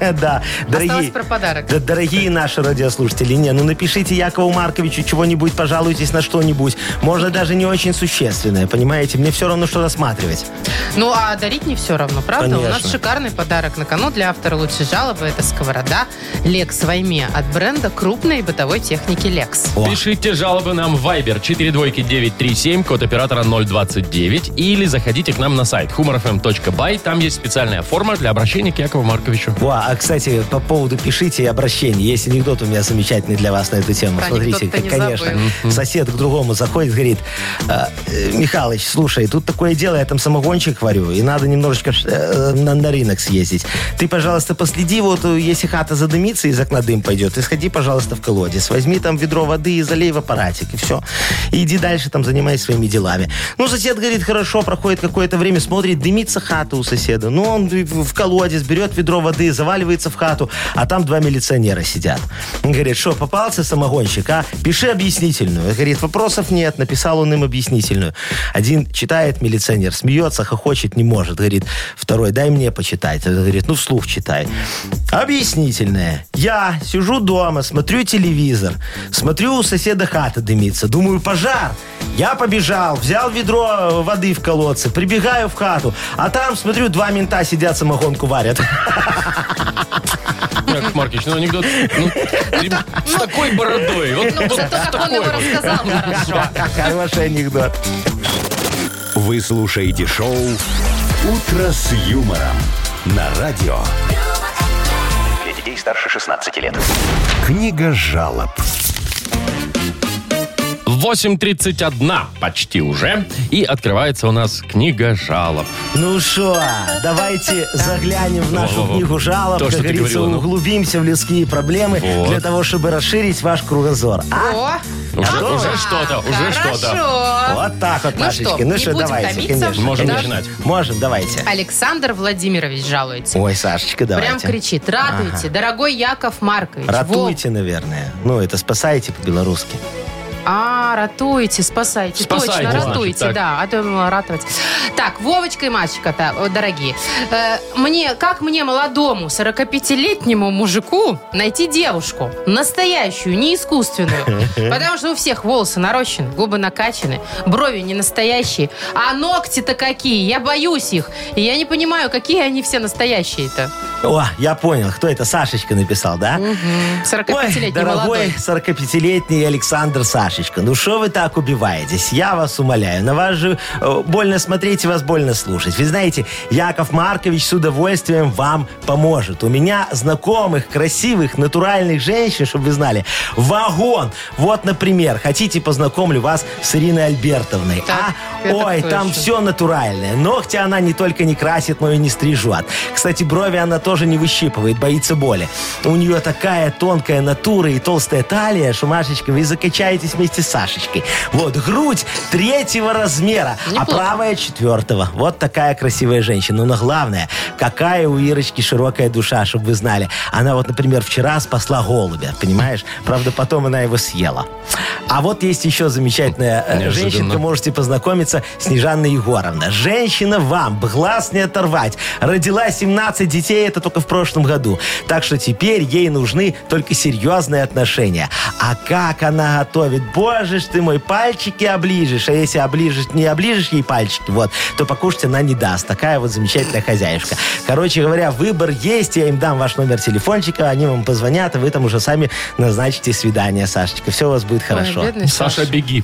Speaker 3: Да?
Speaker 4: Да,
Speaker 3: Осталось
Speaker 4: дорогие...
Speaker 3: про подарок.
Speaker 4: Да, дорогие наши радиослушатели, не, ну напишите Якову Марковичу чего-нибудь, пожалуйтесь на что-нибудь. Можно даже не очень существенное, понимаете? Мне все равно, что рассматривать.
Speaker 3: Ну, а дарить не все равно, правда? У нас
Speaker 4: Конечно.
Speaker 3: шикарный подарок на кону для автора лучшей жалобы. Это сковорода Lex Вайме от бренда крупной бытовой техники Lex.
Speaker 4: О.
Speaker 2: Пишите жалобы нам в Viber 42937, код оператора 029, или заходите к нам на сайт humorfm.by. Там есть специальная форма для обращения к Якову Марковичу.
Speaker 4: Во, а, кстати, по поводу пишите и обращений. Есть анекдот у меня замечательный для вас на эту тему.
Speaker 3: Про
Speaker 4: Смотрите,
Speaker 3: анекдот-то не
Speaker 4: конечно.
Speaker 3: забыл.
Speaker 4: Сосед к другому заходит, говорит, «А, э, Михалыч, слушай, тут такое дело, я там самогончик варю, и надо немножечко э, на, на рынок съездить. Ты, пожалуйста, последи, вот э, если хата задымится, из окна дым пойдет, ты сходи, пожалуйста, в колодец, возьми там ведро воды и залей в аппаратик, и все. И иди дальше, там, занимайся своими делами. Ну, сосед говорит, хорошо, проходит какое-то время, смотрит, дымится хата у соседа. Ну, он в в колодец берет ведро воды, заваливается в хату, а там два милиционера сидят. Он говорит, что, попался самогонщик, а? Пиши объяснительную. Он Говорит, вопросов нет, написал он им объяснительную. Один читает, милиционер смеется, хохочет, не может. Говорит, второй, дай мне почитать. Он говорит, ну, вслух читай. Объяснительная. Я сижу дома, смотрю телевизор, смотрю, у соседа хата дымится. Думаю, пожар. Я побежал, взял ведро э, воды в колодце, прибегаю в хату, а там, смотрю, два мента сидят, самогонку варят.
Speaker 2: Яков Маркович, ну анекдот ну, с такой бородой. Вот,
Speaker 3: Ну,
Speaker 2: вот
Speaker 3: зато как он
Speaker 2: такой
Speaker 3: его
Speaker 2: вот.
Speaker 3: рассказал хорошо.
Speaker 4: Хороший анекдот.
Speaker 1: Вы слушаете шоу Утро с юмором на радио.
Speaker 6: Для детей старше 16 лет.
Speaker 1: Книга жалоб.
Speaker 2: 8.31 почти уже. И открывается у нас книга жалоб.
Speaker 4: Ну что, давайте заглянем в нашу
Speaker 2: Во-во-во.
Speaker 4: книгу жалоб,
Speaker 2: То,
Speaker 4: как
Speaker 2: что ты
Speaker 4: говорится,
Speaker 2: говорила, ну.
Speaker 4: углубимся в людские проблемы
Speaker 2: Вот.
Speaker 4: для того, чтобы расширить ваш кругозор. А?
Speaker 3: О,
Speaker 2: Уже,
Speaker 4: Готово?
Speaker 2: уже что-то, уже что-то.
Speaker 3: Хорошо.
Speaker 4: А, Вот так вот,
Speaker 3: Ну что,
Speaker 4: Машечки.
Speaker 3: не
Speaker 4: Ну что,
Speaker 3: будем
Speaker 4: давайте,
Speaker 3: томиться.
Speaker 4: конечно.
Speaker 2: Можем
Speaker 4: конечно.
Speaker 2: начинать.
Speaker 4: Можем, давайте.
Speaker 3: Александр Владимирович жалуется.
Speaker 4: Ой, Сашечка, давайте.
Speaker 3: Прям кричит. Радуйте, дорогой Яков Маркович.
Speaker 4: Ратуйте, наверное. Ну, это спасайте по-белорусски.
Speaker 3: Во- А, ратуйте, спасайте.
Speaker 2: Спасайте,
Speaker 3: Точно,
Speaker 2: значит,
Speaker 3: ратуйте,
Speaker 2: так.
Speaker 3: да. А то я думала, ратовать. Так, Вовочка и Машечка, та- о, дорогие. Э, мне, как мне, молодому 45-летнему мужику, найти девушку? Настоящую, не искусственную. Потому что у всех волосы нарощены, губы накачаны, брови не настоящие. А ногти-то какие? Я боюсь их. И я не понимаю, какие они все настоящие-то.
Speaker 4: О, я понял, кто это? Сашечка написал, да?
Speaker 3: 45-летний
Speaker 4: Ой, дорогой
Speaker 3: молодой.
Speaker 4: 45-летний Александр Сашечка, ну что вы так убиваетесь? Я вас умоляю. На вас же э, больно смотреть и вас больно слушать. Вы знаете, Яков Маркович с удовольствием вам поможет. У меня знакомых, красивых, натуральных женщин, чтобы вы знали, вагон. Вот, например, хотите, познакомлю вас с Ириной Альбертовной.
Speaker 3: Так,
Speaker 4: а?
Speaker 3: это
Speaker 4: Ой,
Speaker 3: кто
Speaker 4: там
Speaker 3: еще?
Speaker 4: все все натуральное. Ногти она не только не красит, но и не стрижет. Кстати, брови она тоже не выщипывает, боится боли. У нее такая тонкая натура и толстая талия, что, Машечка, вы закачаетесь вместе с Сашечкой. Вот, грудь третьего размера, а
Speaker 3: Неплохо.
Speaker 4: правая четвертого. Вот такая красивая женщина. Но главное, какая у Ирочки широкая душа, чтобы вы знали. Она вот, например, вчера спасла голубя, понимаешь? Правда, потом она его съела. А вот есть еще замечательная э,
Speaker 2: Неожиданно.
Speaker 4: женщинка, можете познакомиться Снежанна Егоровна. Женщина вам, б глаз не оторвать. Родила 17 детей, это только в прошлом году. Так что теперь ей нужны только серьезные отношения. А как она готовит? Боже ж ты мой, пальчики оближешь. А если оближешь, не оближешь ей пальчики, вот, то покушать она не даст. Такая вот замечательная хозяюшка. Короче говоря, выбор есть. Я им дам ваш номер телефончика, они вам позвонят, и вы там уже сами назначите свидание, Сашечка. Все у вас будет хорошо.
Speaker 3: Ой, бедный
Speaker 2: Саша, беги.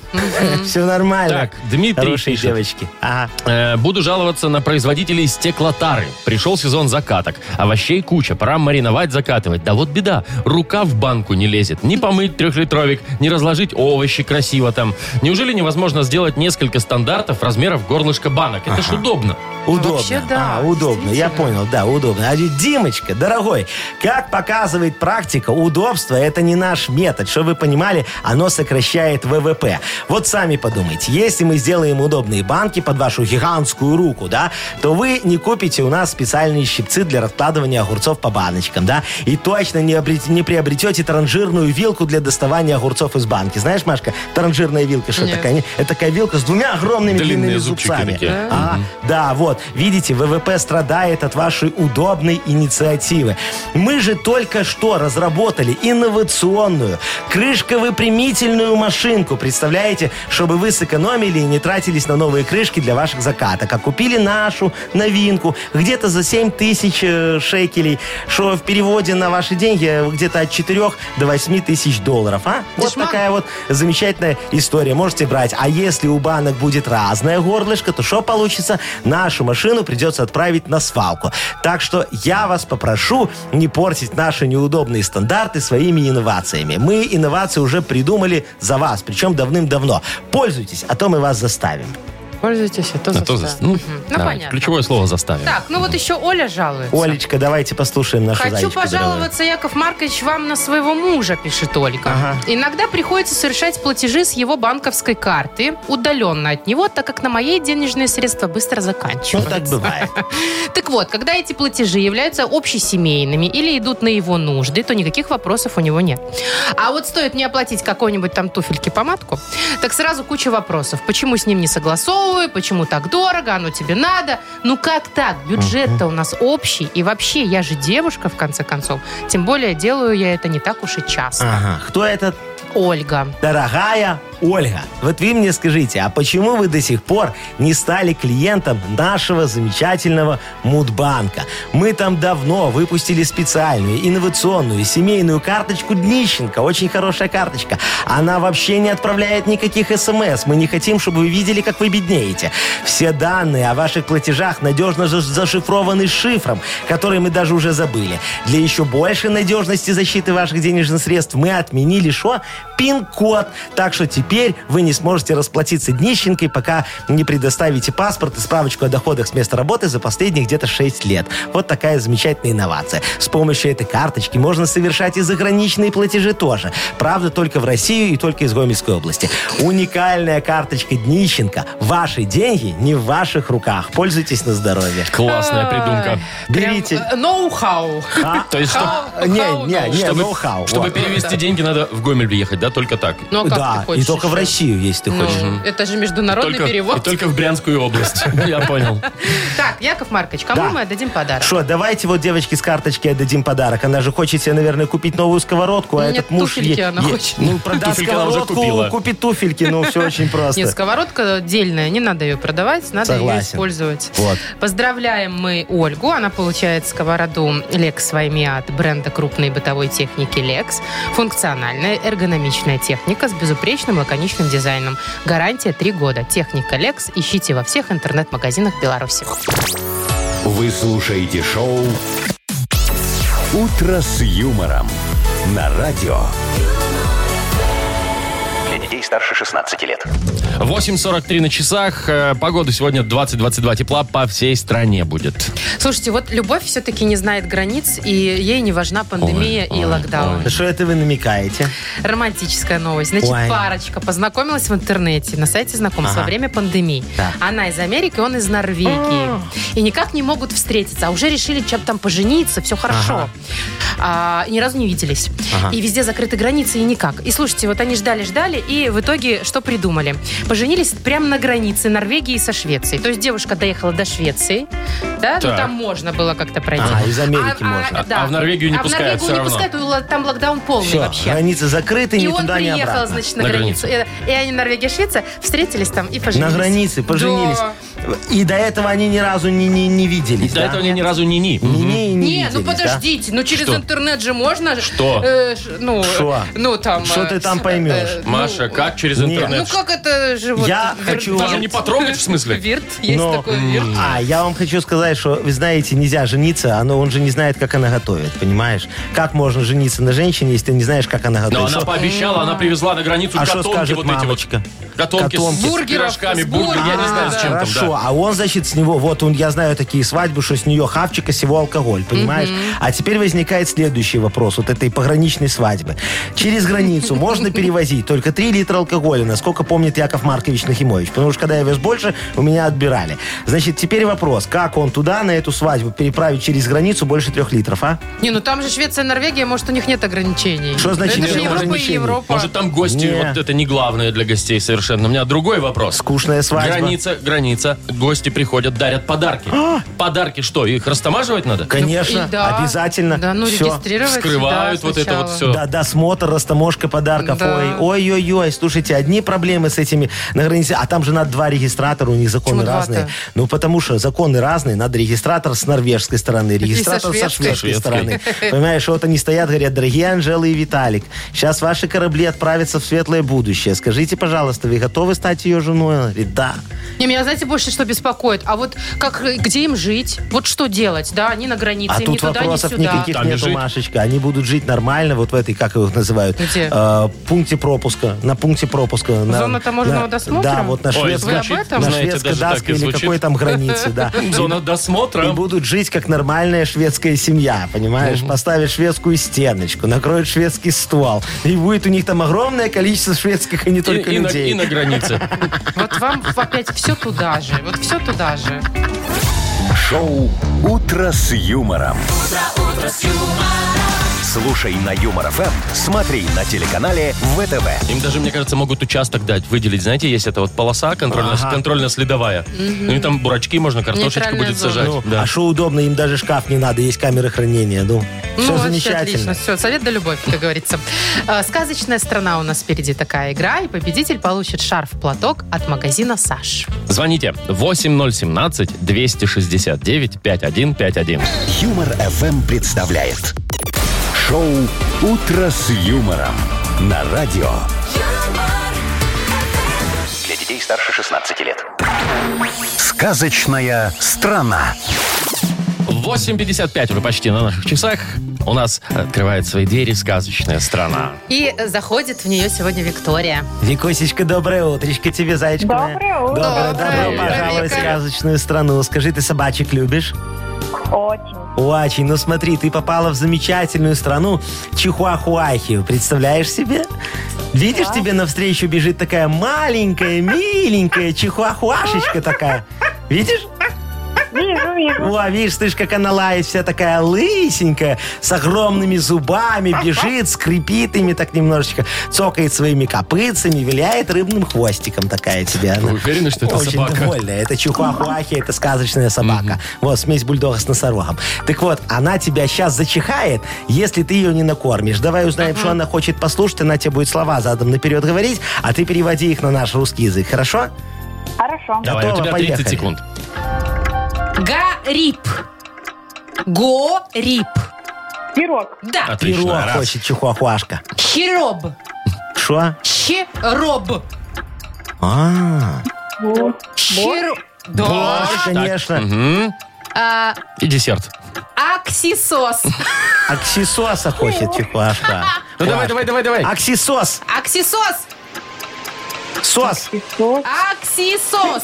Speaker 4: Все нормально.
Speaker 2: Так, Дмитрий
Speaker 4: Хорошие
Speaker 2: пишет.
Speaker 4: девочки. Ага.
Speaker 2: Э, Буду жаловаться на производителей стеклотары. Пришел сезон закаток. Овощей куча, пора мариновать, закатывать. Да вот беда, рука в банку не лезет. Не помыть трехлитровик, не разложить овощи красиво там. Неужели невозможно сделать несколько стандартов размеров горлышка банок? Это ж удобно.
Speaker 4: Удобно.
Speaker 3: Вообще, да,
Speaker 4: А, удобно. Я
Speaker 3: действительно.
Speaker 4: понял, да, удобно. А ведь, Димочка, дорогой, как показывает практика, удобство это не наш метод. Что вы понимали, оно сокращает ВВП. Вот сами подумайте, если мы сделаем удобные банки под вашу гигантскую руку, да, то вы не купите у нас специальные щипцы для раскладывания огурцов по баночкам, да, и точно не, обрет- не приобретете транжирную вилку для доставания огурцов из банки. Знаешь, Машка, транжирная вилка, что
Speaker 3: Нет.
Speaker 4: такая? Не- Это такая вилка с двумя огромными
Speaker 2: Длинные
Speaker 4: длинными,
Speaker 2: зубчики
Speaker 4: зубцами.
Speaker 2: такие.
Speaker 4: А, а, да, вот, видите, ВВП страдает от вашей удобной инициативы. Мы же только что разработали инновационную крышковыпрямительную машинку, представляете, чтобы вы сэкономили и не тратились на новые крышки для ваших закаток, а купили нашу новинку где-то за 7 тысяч э, шекелей, что в переводе на ваши деньги э, где-то от 4 до 8 тысяч долларов, а? Вот
Speaker 3: Дешман.
Speaker 4: такая вот замечательная история. Можете брать. А если у банок будет разное горлышко, то что получится? Нашу машину придется отправить на свалку. Так что я вас попрошу не портить наши неудобные стандарты своими инновациями. Мы инновации уже придумали за вас, причем давным-давно. Пользуйтесь, а то мы вас заставим.
Speaker 3: Пользуйтесь, а то
Speaker 2: А то за-
Speaker 3: заставим.
Speaker 2: Ну,
Speaker 3: Мгм. Ну,
Speaker 2: давай,
Speaker 3: понятно.
Speaker 2: Ключевое слово заставим.
Speaker 3: Так, ну вот еще Оля жалуется.
Speaker 4: Олечка, давайте послушаем нашу
Speaker 3: Хочу
Speaker 4: зайчку дорогую.
Speaker 3: пожаловаться, Яков Маркович, вам на своего мужа, пишет Ольга.
Speaker 4: Ага.
Speaker 3: Иногда приходится совершать платежи с его банковской карты, удаленно от него, так как на моей денежные средства быстро
Speaker 4: Ну,
Speaker 3: заканчиваются.
Speaker 4: так бывает.
Speaker 3: Так вот, когда эти платежи являются общесемейными или идут на его нужды, то никаких вопросов у него нет. А вот стоит мне оплатить какой-нибудь там туфельки помадку, так сразу куча вопросов. Почему с ним не согласовываю, почему так дорого, оно тебе надо? Ну как так? Бюджет-то у нас общий. И вообще, я же девушка, в конце концов. Тем более, делаю я это не так уж и часто.
Speaker 4: Ага. Кто этот
Speaker 3: Ольга.
Speaker 4: Дорогая Ольга, вот вы мне скажите, а почему вы до сих пор не стали клиентом нашего замечательного Мудбанка? Мы там давно выпустили специальную, инновационную, семейную карточку Днищенко. Очень хорошая карточка. Она вообще не отправляет никаких смс. Мы не хотим, чтобы вы видели, как вы беднеете. Все данные о ваших платежах надежно за- зашифрованы шифром, который мы даже уже забыли. Для еще большей надежности защиты ваших денежных средств мы отменили что? Пин-код. Так что теперь Теперь вы не сможете расплатиться днищенкой, пока не предоставите паспорт и справочку о доходах с места работы за последние где-то 6 лет. Вот такая замечательная инновация. С помощью этой карточки можно совершать и заграничные платежи тоже. Правда, только в Россию и только из Гомельской области. Уникальная карточка Днищенко. Ваши деньги не в ваших руках. Пользуйтесь на здоровье.
Speaker 2: Классная придумка.
Speaker 3: Прям,
Speaker 4: Берите.
Speaker 3: э, Ноу-хау.
Speaker 2: То есть, чтоб- Э,
Speaker 3: Хау-
Speaker 4: Не,
Speaker 3: хау-
Speaker 4: не,
Speaker 3: ноу.
Speaker 4: не.
Speaker 2: чтобы,
Speaker 4: ноу-хау,
Speaker 2: чтобы
Speaker 4: вот.
Speaker 2: перевести деньги, надо в Гомель приехать, да? Только так.
Speaker 3: Ну, а как ты
Speaker 4: да,
Speaker 3: хочешь
Speaker 4: и только в
Speaker 3: еще?
Speaker 4: Россию, если ты
Speaker 3: Ну,
Speaker 4: хочешь.
Speaker 3: это же международный
Speaker 2: только, и
Speaker 3: перевод.
Speaker 2: только в Брянскую область. Я понял.
Speaker 3: Так, Яков Маркович, кому
Speaker 4: Да.
Speaker 3: мы отдадим подарок?
Speaker 4: Что, а давайте вот девочке с карточки отдадим подарок. Она же хочет себе, наверное, купить новую сковородку, а
Speaker 3: Ну, Нет,
Speaker 4: этот муж...
Speaker 3: туфельки
Speaker 4: ей-
Speaker 3: она
Speaker 4: ей-
Speaker 3: хочет.
Speaker 4: Ну, продаст
Speaker 2: Туфельки она уже
Speaker 4: сковородку,
Speaker 2: купила.
Speaker 4: купит туфельки, ну, все очень просто.
Speaker 3: Нет, сковородка дельная, не надо ее продавать, надо ее
Speaker 4: Согласен.
Speaker 3: использовать.
Speaker 4: Вот.
Speaker 3: Поздравляем мы Ольгу. Она получает сковороду Lex Вайми от бренда крупной бытовой техники Lex. Функциональная эргономичная техника с безупречным лаконичным дизайном. Гарантия 3 года. Техника Lex ищите во всех интернет-магазинах Беларуси.
Speaker 1: Вы слушаете шоу «Утро с юмором» на радио.
Speaker 6: Для детей старше 16 лет.
Speaker 2: 8.43 на часах. Э, Погода сегодня 20-22 тепла по всей стране будет.
Speaker 3: Слушайте, вот любовь все-таки не знает границ, и ей не важна пандемия
Speaker 2: Ой,
Speaker 3: и
Speaker 2: ой,
Speaker 3: локдаун.
Speaker 2: ой.
Speaker 4: Да Что это вы намекаете?
Speaker 3: Романтическая новость. Значит,
Speaker 4: Ой.
Speaker 3: парочка познакомилась в интернете на сайте знакомств во
Speaker 4: Ага.
Speaker 3: время пандемии.
Speaker 4: Да.
Speaker 3: Она из Америки, он из
Speaker 2: А.
Speaker 3: Норвегии. И никак не могут встретиться, а уже решили чем-то там пожениться, все хорошо. А, и ни разу не виделись.
Speaker 4: Ага.
Speaker 3: И везде закрыты границы, и никак. И слушайте, вот они ждали-ждали, и в итоге что придумали? Поженились прямо на границе Норвегии со Швецией. То есть девушка доехала до Швеции, да, ну
Speaker 2: Так.
Speaker 3: там можно было как-то пройти.
Speaker 4: А, из Америки можно.
Speaker 2: А- а в Норвегию не
Speaker 3: А в
Speaker 2: пускают
Speaker 3: Норвегию
Speaker 2: всё
Speaker 3: не
Speaker 2: равно.
Speaker 3: пускают, у ла- там локдаун полный
Speaker 4: Все,
Speaker 3: вообще.
Speaker 4: границы закрыты,
Speaker 3: а, И
Speaker 4: ни
Speaker 3: он
Speaker 4: туда, ни
Speaker 3: приехал,
Speaker 4: обратно.
Speaker 3: значит, на,
Speaker 2: На
Speaker 3: границу. И и они, Норвегия, Швеция, встретились там и
Speaker 4: На
Speaker 3: поженились.
Speaker 4: границе поженились.
Speaker 3: Да.
Speaker 4: И до этого они ни разу не, не, не виделись,
Speaker 2: До
Speaker 4: да?
Speaker 2: этого они ни разу не ни.
Speaker 4: Не,
Speaker 2: Мгм.
Speaker 4: не,
Speaker 3: Не,
Speaker 4: не
Speaker 3: ну
Speaker 4: виделись, да?
Speaker 3: подождите, ну через
Speaker 2: Что?
Speaker 3: интернет же можно. ж-
Speaker 2: Что?
Speaker 3: э, ш- ну, э,
Speaker 4: Шо?
Speaker 3: ну там.
Speaker 4: Шо
Speaker 3: э,
Speaker 4: ты там
Speaker 3: э,
Speaker 4: поймешь?
Speaker 3: э, ну,
Speaker 2: Маша, как через
Speaker 4: Нет.
Speaker 3: Ну
Speaker 2: интернет?
Speaker 3: как это же вот...
Speaker 4: Я хочу
Speaker 2: Даже не потрогать, в смысле?
Speaker 3: Вирт, есть
Speaker 4: Но-
Speaker 3: такой вирт.
Speaker 4: А, я вам хочу сказать, что, вы знаете, нельзя жениться, оно, он же не знает, как она готовит, понимаешь? Как можно жениться на женщине, если ты не знаешь, как она
Speaker 2: Но
Speaker 4: готовит?
Speaker 2: она
Speaker 4: Что-
Speaker 2: пообещала, она привезла на границу
Speaker 4: А что
Speaker 2: готовки
Speaker 4: скажет
Speaker 2: вот
Speaker 4: мамочка?
Speaker 2: эти вот. Готовки,
Speaker 4: Готовки.
Speaker 2: с
Speaker 3: Бургеров,
Speaker 2: пирожками,
Speaker 3: с
Speaker 2: бургер, я не
Speaker 3: бургерами,
Speaker 2: знаю, с чем там,
Speaker 4: Хорошо,
Speaker 2: да.
Speaker 4: а он, значит, с него, вот он, я знаю такие свадьбы, что с нее хавчика, с его алкоголь, понимаешь? А теперь возникает следующий вопрос вот этой пограничной свадьбы. Через границу можно перевозить только 3 литра алкоголя, насколько помнит Яков Маркович Нахимович, потому что когда я вез больше, у меня отбирали. Значит, теперь вопрос, как он туда, на эту свадьбу, переправить через границу больше 3 литров, а?
Speaker 3: Не, ну там же Швеция, Норвегия, может, у них нет ограничений.
Speaker 4: Что значит
Speaker 3: Это же
Speaker 4: нет
Speaker 3: Европа и
Speaker 4: ограничений?
Speaker 3: Европа.
Speaker 2: Может, там гости,
Speaker 4: Не.
Speaker 2: вот это не главное для гостей совершенно. У меня другой вопрос.
Speaker 4: Скучная свадьба.
Speaker 2: Граница, граница. Гости приходят, дарят подарки. подарки что, их растамаживать надо?
Speaker 4: Конечно,
Speaker 3: И да.
Speaker 4: обязательно.
Speaker 3: Да, ну
Speaker 4: Всё.
Speaker 3: регистрировать.
Speaker 2: Вскрывают
Speaker 3: да,
Speaker 2: вот это вот
Speaker 3: сначала.
Speaker 2: все.
Speaker 4: Да, досмотр, растаможка подарков.
Speaker 3: Да.
Speaker 4: Ой, Ой-ой-ой, слушайте, одни проблемы с этими на границе. А там же надо два регистратора, у них
Speaker 3: Почему
Speaker 4: законы
Speaker 3: два-то?
Speaker 4: разные. Ну, потому что законы разные. Надо регистратор с норвежской стороны, регистратор со
Speaker 3: шведской.
Speaker 4: шведской
Speaker 2: Шведской.
Speaker 4: стороны. Понимаешь, вот они стоят, говорят, дорогие Анжела и Виталик, сейчас ваши корабли отправятся в светлое будущее. Скажите, пожалуйста, вы готовы стать ее женой? Она говорит, да.
Speaker 3: Не, меня, знаете, больше что беспокоит? А вот как, э, где им жить? Вот что делать? Да, они на границе, им
Speaker 4: А
Speaker 3: ни
Speaker 4: тут
Speaker 3: туда, ни
Speaker 4: вопросов
Speaker 3: сюда.
Speaker 4: никаких
Speaker 2: Там и
Speaker 4: нету,
Speaker 2: жить.
Speaker 4: Машечка. Они будут жить нормально, вот в этой, как их называют,
Speaker 3: Где?
Speaker 4: э, пункте пропуска. На пункте пропуска. на-
Speaker 3: Зона таможенного
Speaker 4: на-
Speaker 3: досмотра?
Speaker 4: Да, вот на
Speaker 2: Ой,
Speaker 4: шведской.
Speaker 3: звучит, Вы об этом?
Speaker 4: На
Speaker 2: знаете,
Speaker 4: шведской
Speaker 2: даже так
Speaker 4: даске
Speaker 2: и
Speaker 4: или
Speaker 2: звучит.
Speaker 4: какой там границе, да.
Speaker 2: Зона
Speaker 4: И
Speaker 2: досмотра.
Speaker 4: будут жить как нормальная шведская семья, понимаешь? Поставят шведскую стеночку, накроют шведский стол. И будет у них там огромное количество шведских, и не
Speaker 2: И,
Speaker 4: только
Speaker 2: и на, и
Speaker 4: людей.
Speaker 2: на границе.
Speaker 3: Вот вам опять все туда же. Вот все туда же.
Speaker 1: Шоу «Утро с юмором». Слушай на Юмор ФМ, смотри на телеканале ВТВ.
Speaker 2: Им даже, мне кажется, могут участок дать, выделить. Знаете, есть эта вот полоса контрольно-
Speaker 4: Ага.
Speaker 2: контрольно-следовая. Ну и там бурачки можно, картошечку
Speaker 3: Нейтральная
Speaker 2: будет
Speaker 3: зона.
Speaker 2: сажать.
Speaker 4: Ну,
Speaker 2: Да.
Speaker 4: А что удобно, им даже шкаф не надо, есть камеры хранения. Ну, все
Speaker 3: вообще
Speaker 4: замечательно.
Speaker 3: отлично. Все, совет да любовь, как говорится. Э, Сказочная страна у нас впереди такая игра, и победитель получит шарф-платок от магазина «Саш».
Speaker 2: Звоните 8017-269-5151.
Speaker 1: Юмор ФМ представляет шоу Утро с юмором на радио.
Speaker 6: Для детей старше 16 лет.
Speaker 1: Сказочная страна.
Speaker 2: 8.55 уже почти на наших часах. У нас открывает свои двери сказочная страна.
Speaker 3: И заходит в нее сегодня Виктория.
Speaker 4: Викосечка, доброе утречко тебе, зайчка. моя.
Speaker 5: Доброе утро.
Speaker 3: Доброе
Speaker 4: Доброе, добро
Speaker 3: утро,
Speaker 4: пожаловать в
Speaker 3: Вика.
Speaker 4: сказочную страну. Скажи, ты собачек любишь?
Speaker 5: Очень.
Speaker 4: Очень. Ну смотри, ты попала в замечательную страну Чихуахуахию. Представляешь себе? Видишь, тебе навстречу бежит такая маленькая, миленькая чихуахуашечка такая. Видишь?
Speaker 5: Вижу, вижу.
Speaker 4: О, видишь, слышь, как она лает, вся такая лысенькая, с огромными зубами, бежит, скрипит ими так немножечко, цокает своими копытцами, виляет рыбным хвостиком такая тебе. Она
Speaker 2: Вы уверены, что это
Speaker 4: очень
Speaker 2: собака?
Speaker 4: довольная. Это чихуахуахи, это сказочная собака. Вот, смесь бульдога с носорогом. Так вот, она тебя сейчас зачихает, если ты ее не накормишь. Давай узнаем, что она хочет послушать, она тебе будет слова задом наперед говорить, а ты переводи их на наш русский язык, хорошо?
Speaker 5: Хорошо.
Speaker 2: Давай, у
Speaker 4: Готово,
Speaker 2: тебя 30
Speaker 4: поехали.
Speaker 2: секунд.
Speaker 3: Гарип. Горип.
Speaker 5: Пирог.
Speaker 3: Да.
Speaker 2: Отлично.
Speaker 4: Перо
Speaker 2: Раз.
Speaker 4: хочет чихуахуашка.
Speaker 3: Хероб.
Speaker 4: Шо?
Speaker 3: Хероб.
Speaker 4: А,
Speaker 3: Хер... Да.
Speaker 4: борщ, конечно.
Speaker 2: Мгм.
Speaker 3: А,
Speaker 2: И десерт. Ну,
Speaker 3: аксисос.
Speaker 4: Аксисоса хочет чихуашка.
Speaker 2: Ну давай, давай, давай, давай.
Speaker 4: А Аксисос.
Speaker 3: Аксисос.
Speaker 4: Сос.
Speaker 5: Песок.
Speaker 3: Аксисос.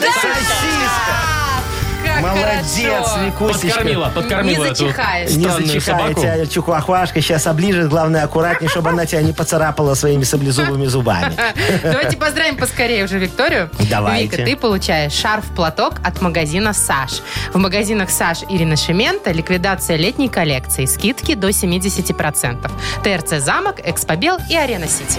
Speaker 4: Сосиска.
Speaker 3: Как
Speaker 4: Молодец,
Speaker 3: хорошо.
Speaker 4: Викусечка.
Speaker 2: Подкормила, подкормила
Speaker 3: Не
Speaker 2: эту
Speaker 3: зачихаешь.
Speaker 4: Не
Speaker 2: странную
Speaker 4: зачихай
Speaker 2: собаку.
Speaker 4: тебя чухуахуашка, сейчас оближет, главное, аккуратнее, чтобы она тебя не поцарапала своими саблезубыми зубами.
Speaker 3: Давайте поздравим поскорее уже Викторию.
Speaker 4: Давайте.
Speaker 3: Вика, ты получаешь шарф-платок от магазина «Саш». В магазинах «Саш» Ирина Шимента ликвидация летней коллекции. Скидки до 70%. ТРЦ «Замок», «Экспобел» и «Арена Сити».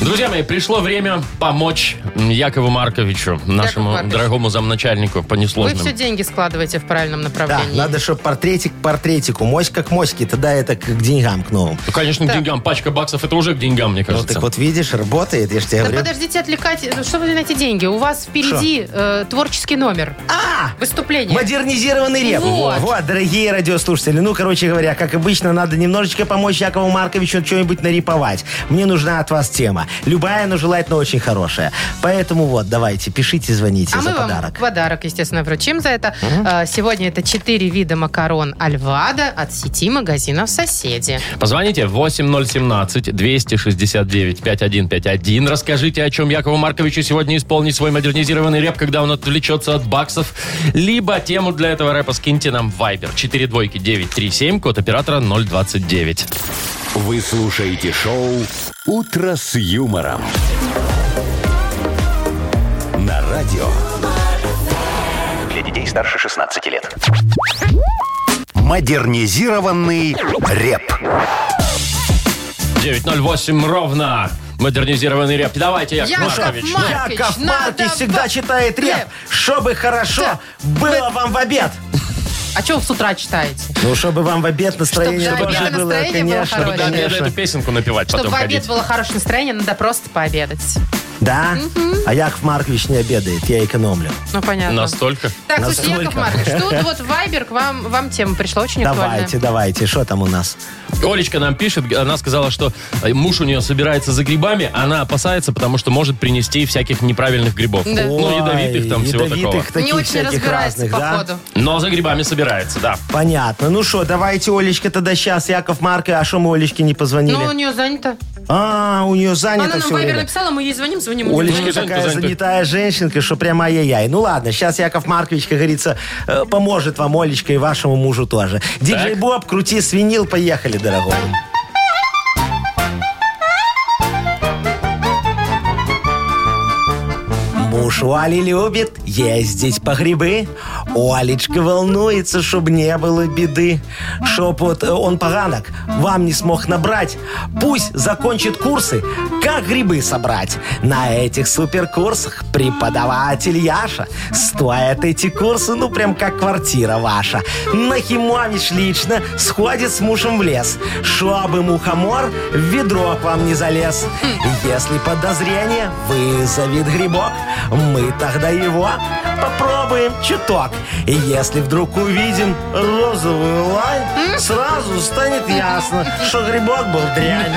Speaker 2: Друзья мои, пришло время помочь м, Якову Марковичу, нашему
Speaker 3: Маркович.
Speaker 2: дорогому замначальнику по
Speaker 3: Вы
Speaker 2: несложным.
Speaker 3: все деньги складываете в правильном
Speaker 4: Да,
Speaker 3: направлении.
Speaker 4: надо, чтобы портретик к портретику, моська как моське, тогда это к к деньгам к новым.
Speaker 2: Ну, конечно, к деньгам. Пачка баксов это уже к деньгам, мне
Speaker 4: Ну,
Speaker 2: кажется.
Speaker 4: так вот видишь, работает, я же тебе
Speaker 3: Да
Speaker 4: говорю.
Speaker 3: подождите отвлекать. Что вы на эти деньги? У вас впереди э, творческий номер.
Speaker 4: А!
Speaker 3: Выступление.
Speaker 4: Модернизированный реп.
Speaker 3: Вот.
Speaker 4: вот, дорогие радиослушатели. Ну, короче говоря, как обычно, надо немножечко помочь Якову Марковичу что-нибудь нариповать. Мне нужна от вас тема. Любая, но желательно очень хорошая. Поэтому вот, давайте, пишите, звоните
Speaker 3: А
Speaker 4: за
Speaker 3: мы вам
Speaker 4: подарок.
Speaker 3: подарок, естественно, вручим за это. Э, Сегодня это 4 вида макарон Альвада от сети магазинов «Соседи».
Speaker 2: Позвоните 8017-269-5151. Расскажите, о чем Якову Марковичу сегодня исполнить свой модернизированный рэп, когда он отвлечется от баксов. Либо тему для этого рэпа скиньте нам в Viber 42937, код оператора 029.
Speaker 1: Вы слушаете шоу «Утро с юмором». На радио
Speaker 6: Для детей старше 16 лет.
Speaker 1: «Модернизированный реп».
Speaker 2: 908 ровно. Модернизированный рэп. Давайте, Яков,
Speaker 3: Яков
Speaker 2: Маркович.
Speaker 3: Маркович.
Speaker 4: Яков
Speaker 3: Маркович, надо
Speaker 4: Маркович всегда
Speaker 3: ба-
Speaker 4: читает реп,
Speaker 3: реп.
Speaker 4: чтобы хорошо
Speaker 3: Да.
Speaker 4: было вам в обед.
Speaker 3: А что вы с утра читаете?
Speaker 4: Ну, чтобы вам в обед настроение
Speaker 3: Чтобы, да,
Speaker 4: тоже
Speaker 3: да,
Speaker 4: было,
Speaker 3: настроение было
Speaker 4: конечно,
Speaker 3: хорошее.
Speaker 2: Надо
Speaker 4: конечно.
Speaker 2: эту песенку напевать,
Speaker 3: Чтобы
Speaker 2: потом
Speaker 3: в обед
Speaker 2: ходить.
Speaker 3: было хорошее настроение, надо просто пообедать.
Speaker 4: Да? А Яков Маркович не обедает, я экономлю.
Speaker 3: Ну, понятно.
Speaker 2: Настолько.
Speaker 3: Так, слушайте, Яков
Speaker 4: Настолько.
Speaker 3: Маркович, тут вот Вайбер к вам, вам тема пришла очень
Speaker 4: давайте,
Speaker 3: актуальная.
Speaker 4: давайте, что там у нас?
Speaker 2: Олечка нам пишет, она сказала, что э, муж у нее собирается за грибами, она опасается, потому что может принести всяких неправильных грибов.
Speaker 3: Да.
Speaker 2: Ну, ядовитых там
Speaker 4: Ой,
Speaker 2: всего такого.
Speaker 4: ядовитых таких
Speaker 3: Не очень
Speaker 4: всяких
Speaker 3: разбирается,
Speaker 4: разных, да?
Speaker 3: походу.
Speaker 2: Но за грибами собирается, да.
Speaker 4: Понятно. Ну что, давайте Олечка тогда сейчас, Яков Марк, а что мы Олечке не позвонили?
Speaker 3: Ну, у нее занято.
Speaker 4: А, у нее занято
Speaker 3: Она нам
Speaker 4: все
Speaker 3: Вайбер
Speaker 4: время.
Speaker 3: написала, мы ей звоним, звоним.
Speaker 4: Олечка
Speaker 2: Ну, занято,
Speaker 4: такая
Speaker 2: занято.
Speaker 4: занятая женщинка, что прямо ай-яй-яй. Ну ладно, сейчас Яков Маркович, как говорится, э, поможет вам Олечка и вашему мужу тоже. Диджей
Speaker 2: Так.
Speaker 4: Боб, крути свинил, поехали, дорогой. Муж у Али любит ездить по грибы. Олечка волнуется, чтобы не было беды. Чтоб вот э, он поганок вам не смог набрать. Пусть закончит курсы, как грибы собрать. На этих суперкурсах преподаватель Яша. Стоят эти курсы, ну прям как квартира ваша. Нахимович лично сходит с мужем в лес, чтобы мухомор в ведро к вам не залез. Если подозрение вызовет грибок, мы тогда его попробуем чуток. И если вдруг увидим розовую лань, сразу станет ясно, что грибок был дрянь.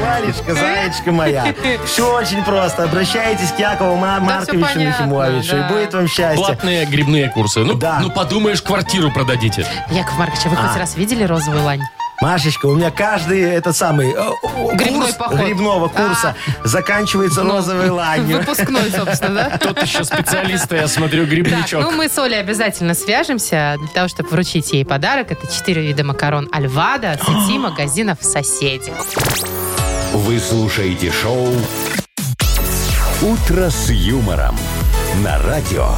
Speaker 4: Валечка, зайчка моя, все очень просто. Обращайтесь к Якову Ма-
Speaker 3: всё
Speaker 4: Марковичу
Speaker 3: понятно,
Speaker 4: Нахимовичу,
Speaker 3: да.
Speaker 4: и будет вам счастье.
Speaker 2: Платные грибные курсы. Ну,
Speaker 4: Да.
Speaker 2: ну подумаешь, квартиру продадите.
Speaker 3: Яков Маркович, а вы хоть
Speaker 4: А.
Speaker 3: раз видели розовую лань?
Speaker 4: Машечка, у меня каждый этот самый э, о,
Speaker 3: Грибной
Speaker 4: курс
Speaker 3: поход. А. Ну,
Speaker 4: грибного курса заканчивается розовой ланью.
Speaker 3: Выпускной, собственно, да?
Speaker 2: Тут еще специалисты, я смотрю,
Speaker 3: Так, ну
Speaker 2: грибничок.
Speaker 3: мы с Олей обязательно свяжемся для того, чтобы вручить ей подарок. Это четыре вида макарон Альвада от сети магазинов «Соседи».
Speaker 1: Вы слушаете шоу «Утро с юмором» на радио.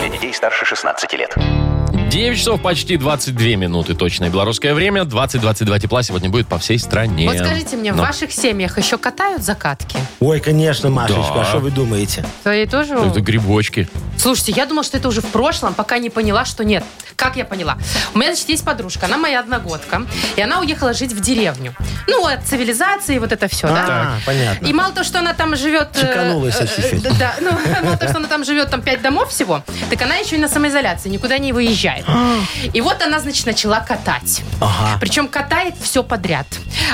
Speaker 6: Для детей старше 16 лет.
Speaker 3: ну.
Speaker 2: 9 часов почти 22 минуты точное белорусское время. 20-22 тепла сегодня будет по всей стране.
Speaker 3: Вот скажите мне, в
Speaker 2: Ну,
Speaker 3: ваших семьях еще катают закатки?
Speaker 4: Ой, конечно, Машечка,
Speaker 2: Да.
Speaker 4: а что вы думаете?
Speaker 3: Твои тоже?
Speaker 2: Это грибочки.
Speaker 3: Слушайте, я думала, что это уже в прошлом, пока не поняла, что нет. Как я поняла? У меня, значит, есть подружка, она моя одногодка, и она уехала жить в деревню. Ну, от цивилизации, вот это все, да?
Speaker 4: А, понятно.
Speaker 3: И мало то, что она там живет... э,
Speaker 4: Чеканулась
Speaker 3: э,
Speaker 4: Софи.
Speaker 3: э, да, Да, ну, мало то, что она там живет, там пять домов всего, так она еще и на самоизоляции, никуда не выезжает. И вот она, значит, начала катать.
Speaker 4: Ага.
Speaker 3: Причем катает все подряд.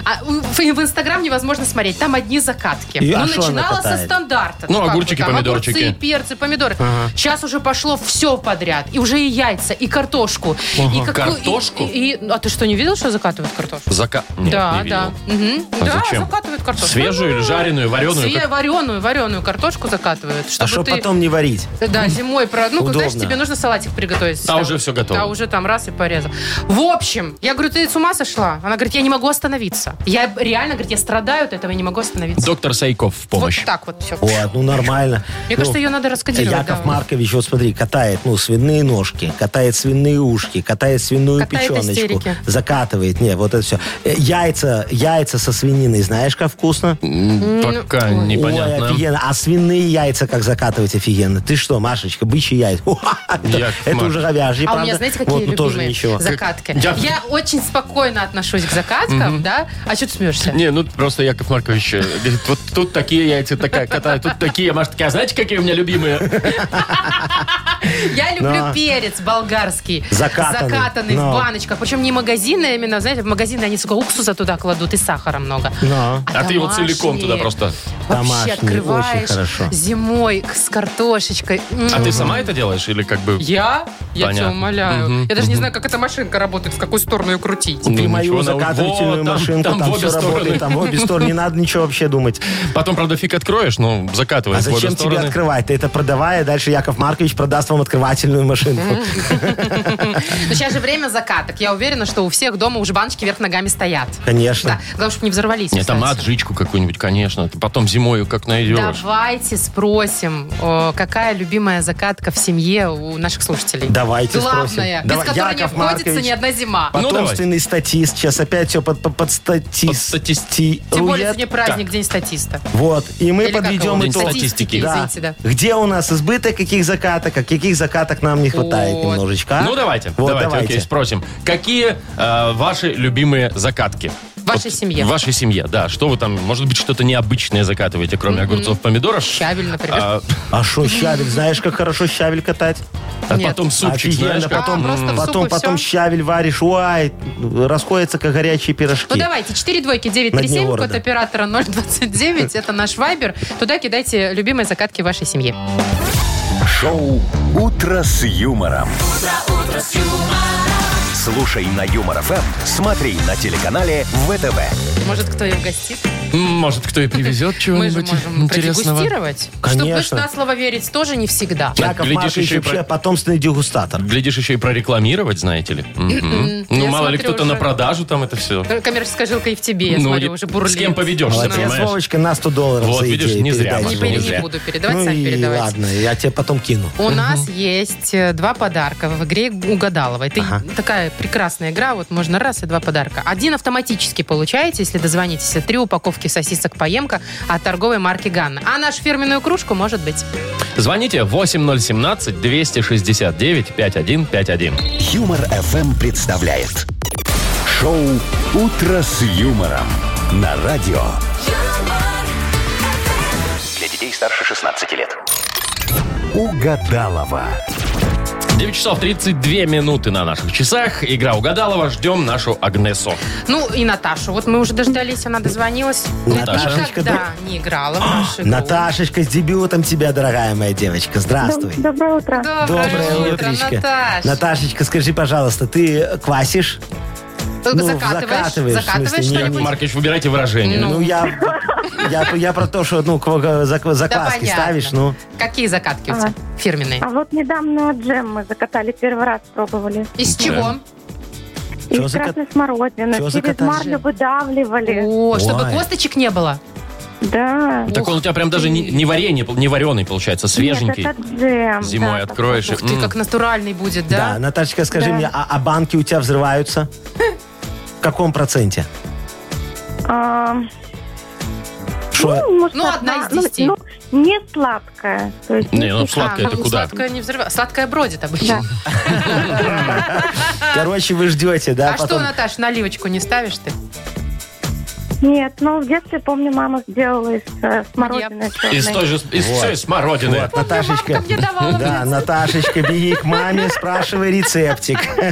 Speaker 3: А у- в в Инстаграм невозможно смотреть, там одни закатки.
Speaker 4: И- а
Speaker 3: ну,
Speaker 4: что она
Speaker 3: начинала со
Speaker 4: катает?
Speaker 3: стандарта.
Speaker 2: Ну,
Speaker 3: как бы
Speaker 2: огурчики,
Speaker 3: там,
Speaker 2: помидорчики.
Speaker 3: огурцы, перцы, помидоры. Сейчас уже пошло все подряд. И уже и яйца, и картошку. И какую-
Speaker 2: Картошку?
Speaker 3: и- и- и- а ты что, не видел, что закатывают картошку?
Speaker 2: Зака... Нет,
Speaker 3: да,
Speaker 2: не
Speaker 3: да.
Speaker 2: видел.
Speaker 3: Мгм.
Speaker 2: А
Speaker 3: да,
Speaker 2: зачем?
Speaker 3: закатывают картошку. Ну,
Speaker 2: Свежую или жареную, вареную?
Speaker 3: Све-
Speaker 2: Как-
Speaker 3: Вареную, вареную картошку закатывают. Чтобы
Speaker 4: А что
Speaker 3: ты-
Speaker 4: потом не варить?
Speaker 3: Да, зимой про. Ну,
Speaker 4: Удобно.
Speaker 3: знаешь, тебе нужно салатик приготовить.
Speaker 2: А уже всё готово.
Speaker 3: Да, уже там раз и порезал. В общем, я говорю, ты с ума сошла? Она говорит, я не могу остановиться. Я реально, говорит, я страдаю от этого, я не могу остановиться.
Speaker 2: Доктор Сайков в помощь.
Speaker 3: Вот так вот все.
Speaker 4: Вот, ну нормально.
Speaker 3: Мне
Speaker 4: Ну,
Speaker 3: кажется, ее надо раскодировать.
Speaker 4: Яков
Speaker 3: да.
Speaker 4: Маркович, вот смотри, катает, ну, свиные ножки, катает свиные ушки, катает свиную
Speaker 3: Катает
Speaker 4: печеночку,
Speaker 3: истерики.
Speaker 4: закатывает, не, вот это все. Яйца, яйца со свининой, знаешь, как вкусно?
Speaker 2: М, Пока непонятно.
Speaker 4: Ой, офигенно. А свиные яйца как закатывать офигенно. Ты что, Машечка, бычьи яйца. Это,
Speaker 2: Яков
Speaker 4: это уже
Speaker 2: Маркович.
Speaker 4: говяжьи,
Speaker 3: А
Speaker 4: правда?
Speaker 3: у меня, знаете, какие
Speaker 4: вот, ну,
Speaker 3: любимые
Speaker 4: тоже ничего.
Speaker 3: закатки?
Speaker 2: Я-
Speaker 3: Я... очень спокойно отношусь к закаткам, да? А что ты смеешься?
Speaker 2: Не, ну просто Яков Маркович э, говорит, вот тут такие яйца такая катаю, тут такие. Маша такая, знаете, какие у меня любимые?
Speaker 3: Я люблю
Speaker 4: Да.
Speaker 3: перец болгарский.
Speaker 4: Ну. Закатанный. Ну.
Speaker 3: Закатанный в
Speaker 4: Да.
Speaker 3: баночках. Причем не магазины а именно, знаете, в магазины они сколько уксуса туда кладут и сахара много.
Speaker 4: Да.
Speaker 2: А ты его целиком
Speaker 3: домашние
Speaker 2: туда просто.
Speaker 3: Вообще
Speaker 4: Домашние,
Speaker 3: открываешь
Speaker 4: Ну. очень хорошо.
Speaker 3: зимой к- с картошечкой. М.
Speaker 2: А ты сама это делаешь или как бы...
Speaker 3: Я? Я тебя
Speaker 2: Понятно.
Speaker 3: умоляю.
Speaker 2: Мгм,
Speaker 3: Я даже не знаю, как эта машинка работает, в какую сторону ее крутить.
Speaker 2: Ну,
Speaker 4: Ты
Speaker 2: ничего,
Speaker 4: мою
Speaker 2: на-
Speaker 4: закатывательную
Speaker 2: вот, там-
Speaker 4: машинку,
Speaker 2: там
Speaker 4: там,
Speaker 2: в обе
Speaker 4: все
Speaker 2: стороны.
Speaker 4: работает, там в обе стороны, не надо ничего вообще думать.
Speaker 2: Потом, правда, фиг откроешь, но закатываешь
Speaker 4: А
Speaker 2: в обе
Speaker 4: зачем тебе
Speaker 2: стороны.
Speaker 4: открывать? Ты это продавая, дальше Яков Маркович продаст вам открывательную машинку.
Speaker 3: Но сейчас же время закаток. Я уверена, что у всех дома уже баночки вверх ногами стоят. Да.
Speaker 4: Конечно.
Speaker 3: Главное, чтобы не взорвались.
Speaker 2: Нет, там
Speaker 3: кстати.
Speaker 2: аджичку какую-нибудь, конечно. Ты потом зимой как найдешь.
Speaker 3: Давайте спросим, э, какая любимая закатка в семье у наших слушателей.
Speaker 4: Давайте
Speaker 3: Главное,
Speaker 4: спросим.
Speaker 3: без
Speaker 4: Давай,
Speaker 3: которой не
Speaker 4: Яков
Speaker 3: входится
Speaker 4: Маркович.
Speaker 3: ни одна зима.
Speaker 2: Ну, давай.
Speaker 4: Потомственный статист. Сейчас опять все под, под, под статист-
Speaker 2: Подстатисти-
Speaker 3: Тем более сегодня
Speaker 4: рует.
Speaker 3: праздник, День статиста.
Speaker 4: Вот. И мы
Speaker 3: Или как его?
Speaker 4: подведем
Speaker 2: День
Speaker 4: итог.
Speaker 2: статистики.
Speaker 4: Да.
Speaker 3: Извините, да.
Speaker 4: Где у нас избыток, каких закаток, а каких закаток нам не хватает
Speaker 3: Вот.
Speaker 4: немножечко. а?
Speaker 2: Ну, давайте.
Speaker 4: Вот,
Speaker 2: давайте, окей, спросим. Какие э, ваши любимые закатки?
Speaker 3: В вашей семье.
Speaker 2: В вашей семье, да. Что вы там, может быть, что-то необычное закатываете, кроме огурцов, помидоров?
Speaker 3: Щавель, например.
Speaker 2: А,
Speaker 4: А что, щавель, знаешь, как хорошо щавель катать?
Speaker 2: а
Speaker 3: Нет.
Speaker 2: потом супчик,
Speaker 4: Офигенно,
Speaker 2: знаешь, как?
Speaker 4: потом,
Speaker 3: А, просто в суп
Speaker 4: потом,
Speaker 3: и
Speaker 4: потом
Speaker 3: всё?
Speaker 4: щавель варишь, ой, расходятся, как горячие пирожки.
Speaker 3: Ну давайте, 4 двойки, 9,
Speaker 4: На
Speaker 3: 3,
Speaker 4: дне
Speaker 3: 7, код
Speaker 4: города.
Speaker 3: оператора 029, это наш вайбер. Туда кидайте любимые закатки вашей семьи.
Speaker 1: Шоу «Утро с юмором». Слушай на Юмор ФМ, смотри на телеканале ВТВ.
Speaker 3: Может, кто и угостит?
Speaker 2: М, Может, кто и привезет
Speaker 3: Мы же
Speaker 2: чего-нибудь
Speaker 3: можем
Speaker 2: интересного.
Speaker 3: продегустировать. Чтобы
Speaker 4: Конечно.
Speaker 3: вы ж на слово верить тоже не всегда.
Speaker 2: Я-
Speaker 4: Яков
Speaker 2: глядишь,
Speaker 4: Маркович
Speaker 2: еще и про-
Speaker 4: вообще потомственный дегустатор.
Speaker 2: Глядишь, еще и прорекламировать, знаете ли. Мгм. Ну,
Speaker 3: Я
Speaker 2: мало ли
Speaker 3: смотрю
Speaker 2: кто-то
Speaker 3: уже.
Speaker 2: на продажу там это все.
Speaker 3: Э, Коммерческая жилка и в тебе, я
Speaker 2: Ну,
Speaker 3: смотрю,
Speaker 2: и
Speaker 3: уже бурлит.
Speaker 2: с кем поведешься,
Speaker 3: Да.
Speaker 2: ты,
Speaker 4: Молодец,
Speaker 2: понимаешь?
Speaker 4: Вовочка, на 100 долларов
Speaker 2: Вот,
Speaker 4: за
Speaker 2: видишь,
Speaker 4: идею
Speaker 2: не зря
Speaker 4: передай
Speaker 3: Не,
Speaker 2: Возьму,
Speaker 3: пере-
Speaker 4: мне.
Speaker 3: не
Speaker 2: зря.
Speaker 3: буду передавать,
Speaker 4: А ну
Speaker 3: сами
Speaker 4: и
Speaker 3: передавайте.
Speaker 4: ладно, я тебе потом кину.
Speaker 3: У нас есть э, два подарка в игре «Угадалова». Это
Speaker 4: Ага.
Speaker 3: такая прекрасная игра, вот можно раз и два подарка. Один автоматически получаете, если дозвонитесь. Это Три упаковки сосисок «Поемка» от торговой марки «Ганна». А нашу фирменную кружку, может быть,
Speaker 2: Звоните 8017-269-5151.
Speaker 1: Юмор FM представляет шоу Утро с юмором на радио.
Speaker 6: Для детей старше 16 лет.
Speaker 1: Угадалова.
Speaker 2: 9 часов 32 минуты на наших часах. Игра угадалова. Ждем нашу Агнесу.
Speaker 3: Ну и Наташу. Вот мы уже дождались, она дозвонилась.
Speaker 4: Наташечка,
Speaker 3: Никогда не играла в нашу игру.
Speaker 4: Наташечка, с дебютом тебя, дорогая моя девочка.
Speaker 2: А,
Speaker 4: Здравствуй.
Speaker 5: Доброе утро.
Speaker 3: Доброе утро, Наташ.
Speaker 4: Наташечка, скажи, пожалуйста, ты квасишь?
Speaker 3: Только
Speaker 4: ну,
Speaker 3: закатываешь,
Speaker 4: закатываешь, в
Speaker 3: закатываешь
Speaker 4: смысле, не-
Speaker 3: что-нибудь?
Speaker 2: Яков Маркович, выбирайте выражение.
Speaker 3: Ну.
Speaker 4: Ну, я, я, я про то, что ну, к- к- зак-
Speaker 3: Да
Speaker 4: закваски
Speaker 3: понятно.
Speaker 4: ставишь, ну.
Speaker 3: Какие закатки у тебя фирменные?
Speaker 5: А вот недавно джем мы закатали, первый раз пробовали.
Speaker 3: Из
Speaker 2: Да.
Speaker 3: чего?
Speaker 4: Чё
Speaker 5: Из
Speaker 4: зака-
Speaker 5: красной смородины.
Speaker 4: чё
Speaker 5: Через
Speaker 4: закатали?
Speaker 5: марлю выдавливали.
Speaker 3: О, чтобы
Speaker 4: Ой.
Speaker 3: косточек не было.
Speaker 5: Да.
Speaker 2: Так он у тебя прям даже не, не варенье, не вареный получается, свеженький.
Speaker 5: Нет, это джем.
Speaker 2: Зимой
Speaker 5: да.
Speaker 2: откроешь. и,
Speaker 3: Ух ты,
Speaker 2: м,
Speaker 3: как натуральный будет,
Speaker 4: Да, ну,
Speaker 3: да?
Speaker 4: Наташечка, скажи
Speaker 5: Да.
Speaker 4: мне, а, а банки у тебя взрываются? В каком проценте?
Speaker 5: А,
Speaker 4: Что?
Speaker 5: ну, может,
Speaker 3: Ну, одна из десяти.
Speaker 5: Ну, ну, не сладкая. То есть
Speaker 2: Не, ну
Speaker 5: никак.
Speaker 2: сладкое это
Speaker 3: А,
Speaker 2: куда?
Speaker 3: Сладкое не взрывается. Сладкое бродит обычно.
Speaker 4: Короче, вы ждете, да?
Speaker 3: А что,
Speaker 4: потом...
Speaker 3: Наташ, наливочку не ставишь ты?
Speaker 5: Нет, ну в детстве, помню, мама сделала из э, смородины.
Speaker 2: Из той же, из
Speaker 4: Вот.
Speaker 2: всей смородины.
Speaker 4: Вот, Наташечка.
Speaker 3: мне давала
Speaker 4: Да, Наташечка, беги к маме, спрашивай рецептик. Ну,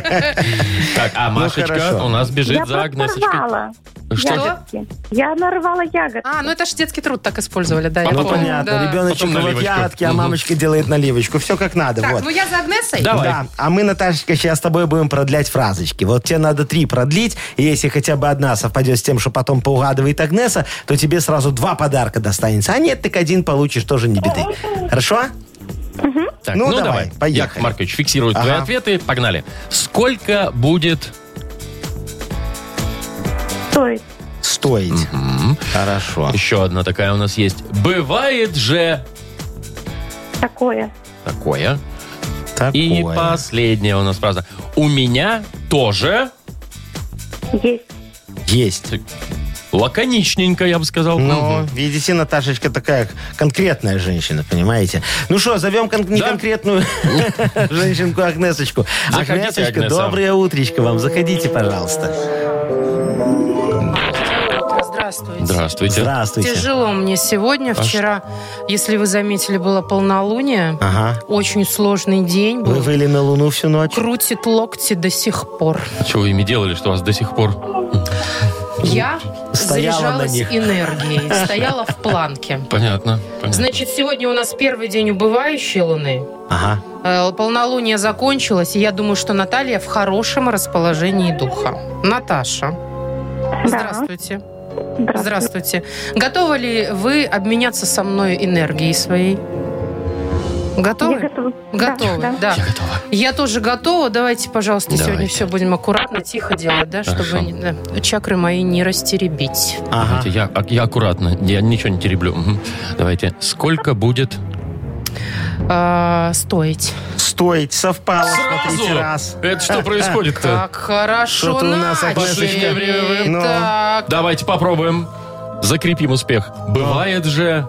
Speaker 2: Так, а Машечка
Speaker 4: хорошо.
Speaker 2: у нас бежит
Speaker 5: Я
Speaker 2: за
Speaker 5: просто
Speaker 2: Агнесочкой.
Speaker 5: рвала
Speaker 2: Что?
Speaker 5: ягодки. Я нарвала ягод.
Speaker 3: А, ну это же детский труд так использовали, да. я
Speaker 2: Ну,
Speaker 4: Ну,
Speaker 3: помню, да.
Speaker 4: понятно, ребеночек
Speaker 2: Потом
Speaker 4: вот
Speaker 2: наливочку.
Speaker 4: ягодки, а
Speaker 2: Мгм.
Speaker 4: мамочка делает наливочку. Все как надо,
Speaker 3: Так,
Speaker 4: вот.
Speaker 3: ну я за Агнесой.
Speaker 2: Да. Давай.
Speaker 4: Да, а мы, Наташечка, сейчас с тобой будем продлять фразочки. Вот тебе надо три продлить, и если хотя бы одна совпадет с тем, что потом поугадывает Агнеса, то тебе сразу два подарка достанется. А нет, так один получишь, тоже не беды. Хорошо?
Speaker 2: Так,
Speaker 4: Ну,
Speaker 2: ну,
Speaker 4: давай,
Speaker 2: давай,
Speaker 4: поехали.
Speaker 2: Яков Маркович фиксирует
Speaker 4: Ага.
Speaker 2: твои ответы. Погнали. Сколько будет...
Speaker 5: Стоит.
Speaker 4: Стоить. Хорошо.
Speaker 2: Еще одна такая у нас есть. Бывает же...
Speaker 5: Такое.
Speaker 2: Такое.
Speaker 4: Такое.
Speaker 2: И последняя у нас фраза. У меня тоже...
Speaker 5: Есть.
Speaker 4: Есть.
Speaker 2: Лаконичненько, я бы сказал.
Speaker 4: Ну,
Speaker 2: Мгм.
Speaker 4: видите, Наташечка такая конкретная женщина, понимаете? Ну что, зовем кон- не
Speaker 2: Да.
Speaker 4: конкретную женщинку Агнесочку.
Speaker 2: Заходите,
Speaker 4: Агнесочка,
Speaker 2: Агнеса.
Speaker 4: доброе утречко вам. Заходите, пожалуйста.
Speaker 3: Здравствуйте.
Speaker 2: Здравствуйте.
Speaker 4: Здравствуйте.
Speaker 3: Тяжело мне
Speaker 4: А
Speaker 3: сегодня, вчера, если вы заметили, было полнолуние.
Speaker 4: Ага.
Speaker 3: Очень сложный день
Speaker 4: А. Вы
Speaker 3: был.
Speaker 4: выли на Луну всю ночь?
Speaker 3: Крутит локти до сих пор.
Speaker 2: А Что вы ими делали, что вас до сих пор...
Speaker 3: Я
Speaker 4: Стояла
Speaker 3: заряжалась
Speaker 4: на них.
Speaker 3: энергией, стояла в планке.
Speaker 2: Понятно. понятно.
Speaker 3: Значит, сегодня у нас первый день убывающей луны.
Speaker 4: Ага.
Speaker 3: Э, Полнолуние закончилось, и я думаю, что Наталья в хорошем расположении духа. Наташа, здравствуйте.
Speaker 5: Здравствуйте.
Speaker 3: Здравствуйте. Готовы ли вы обменяться со мной энергией своей?
Speaker 5: Я
Speaker 3: Готовы?
Speaker 5: готова.
Speaker 3: Готовы,
Speaker 5: Да,
Speaker 3: да.
Speaker 5: да.
Speaker 2: Я готова.
Speaker 3: Я тоже готова. Давайте, пожалуйста, сегодня
Speaker 2: Давайте.
Speaker 3: все будем аккуратно, тихо делать, да, чтобы
Speaker 2: Хорошо.
Speaker 3: не- да, чакры мои не растеребить.
Speaker 4: Ага.
Speaker 2: Давайте, я, а, я аккуратно, я ничего не тереблю. Мгм. Давайте. Сколько будет...
Speaker 3: А, стоить.
Speaker 4: Стоить совпало, смотрите, раз.
Speaker 2: Это что происходит-то?
Speaker 3: Как хорошо
Speaker 4: Что-то у нас
Speaker 3: начали.
Speaker 4: Агнесочка. Ну.
Speaker 3: Так,
Speaker 2: Давайте попробуем. Закрепим успех. Бывает же...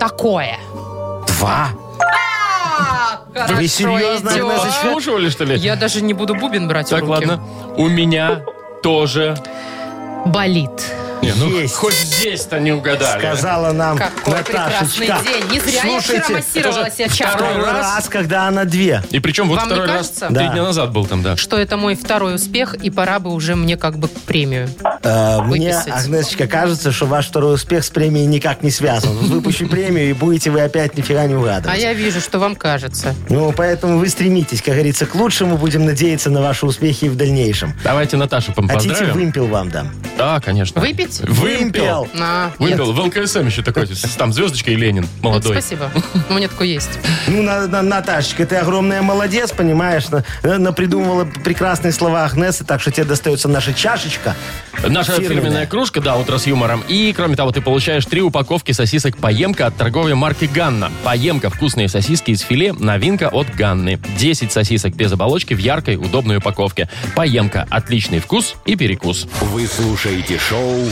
Speaker 3: такое.
Speaker 4: Два.
Speaker 3: А, хорошо
Speaker 4: Вы серьезно,
Speaker 3: идет.
Speaker 4: Агнесочка?
Speaker 2: Послушивали, что ли?
Speaker 3: Я даже не буду бубен брать в
Speaker 2: Так,
Speaker 3: руки.
Speaker 2: ладно. У меня тоже...
Speaker 3: Болит.
Speaker 2: Не, ну
Speaker 4: Есть.
Speaker 2: хоть здесь-то не угадали.
Speaker 4: Сказала нам
Speaker 3: Какой прекрасный
Speaker 4: Наташечка.
Speaker 3: день. Не зря я вчера
Speaker 4: Слушайте,
Speaker 3: массировала
Speaker 2: это же
Speaker 3: себя чакрой.
Speaker 2: второй
Speaker 4: второй раз, когда она две.
Speaker 2: И причем вот
Speaker 3: Вам не
Speaker 2: второй раз
Speaker 3: кажется?
Speaker 2: три
Speaker 4: Да.
Speaker 2: дня назад был там, да.
Speaker 3: Что это мой второй успех, и пора бы уже мне как бы премию.
Speaker 4: Э, Мне,
Speaker 3: Выписать.
Speaker 4: Агнесочка, кажется, что ваш второй успех с премией никак не связан. Вот Выпущу премию, и будете вы опять нифига не
Speaker 3: А
Speaker 4: угадывать.
Speaker 3: я вижу, что вам кажется.
Speaker 4: Ну, поэтому вы стремитесь, как говорится, к лучшему. Будем надеяться на ваши успехи и в дальнейшем.
Speaker 2: Давайте Наташу пом-
Speaker 4: Хотите,
Speaker 2: поздравим.
Speaker 4: вымпел вам дам.
Speaker 2: Да, конечно.
Speaker 3: Выпить?
Speaker 2: Вымпел.
Speaker 3: На.
Speaker 2: Вымпел. В ЛКСМ еще такой, там звездочка и Ленин молодой.
Speaker 3: Спасибо. У меня такой есть.
Speaker 4: Ну, на, на- Наташечка, ты огромная молодец, понимаешь? На, э, напридумывала прекрасные слова Агнесы, так что тебе достается наша чашечка.
Speaker 2: Наша фирменная. кружка, да, утро с юмором. И, кроме того, ты получаешь три упаковки сосисок «Поемка» от торговой марки «Ганна». «Поемка» – вкусные сосиски из филе, новинка от «Ганны». 10 сосисок без оболочки в яркой, удобной упаковке. «Поемка» – отличный вкус и перекус.
Speaker 1: Вы слушаете шоу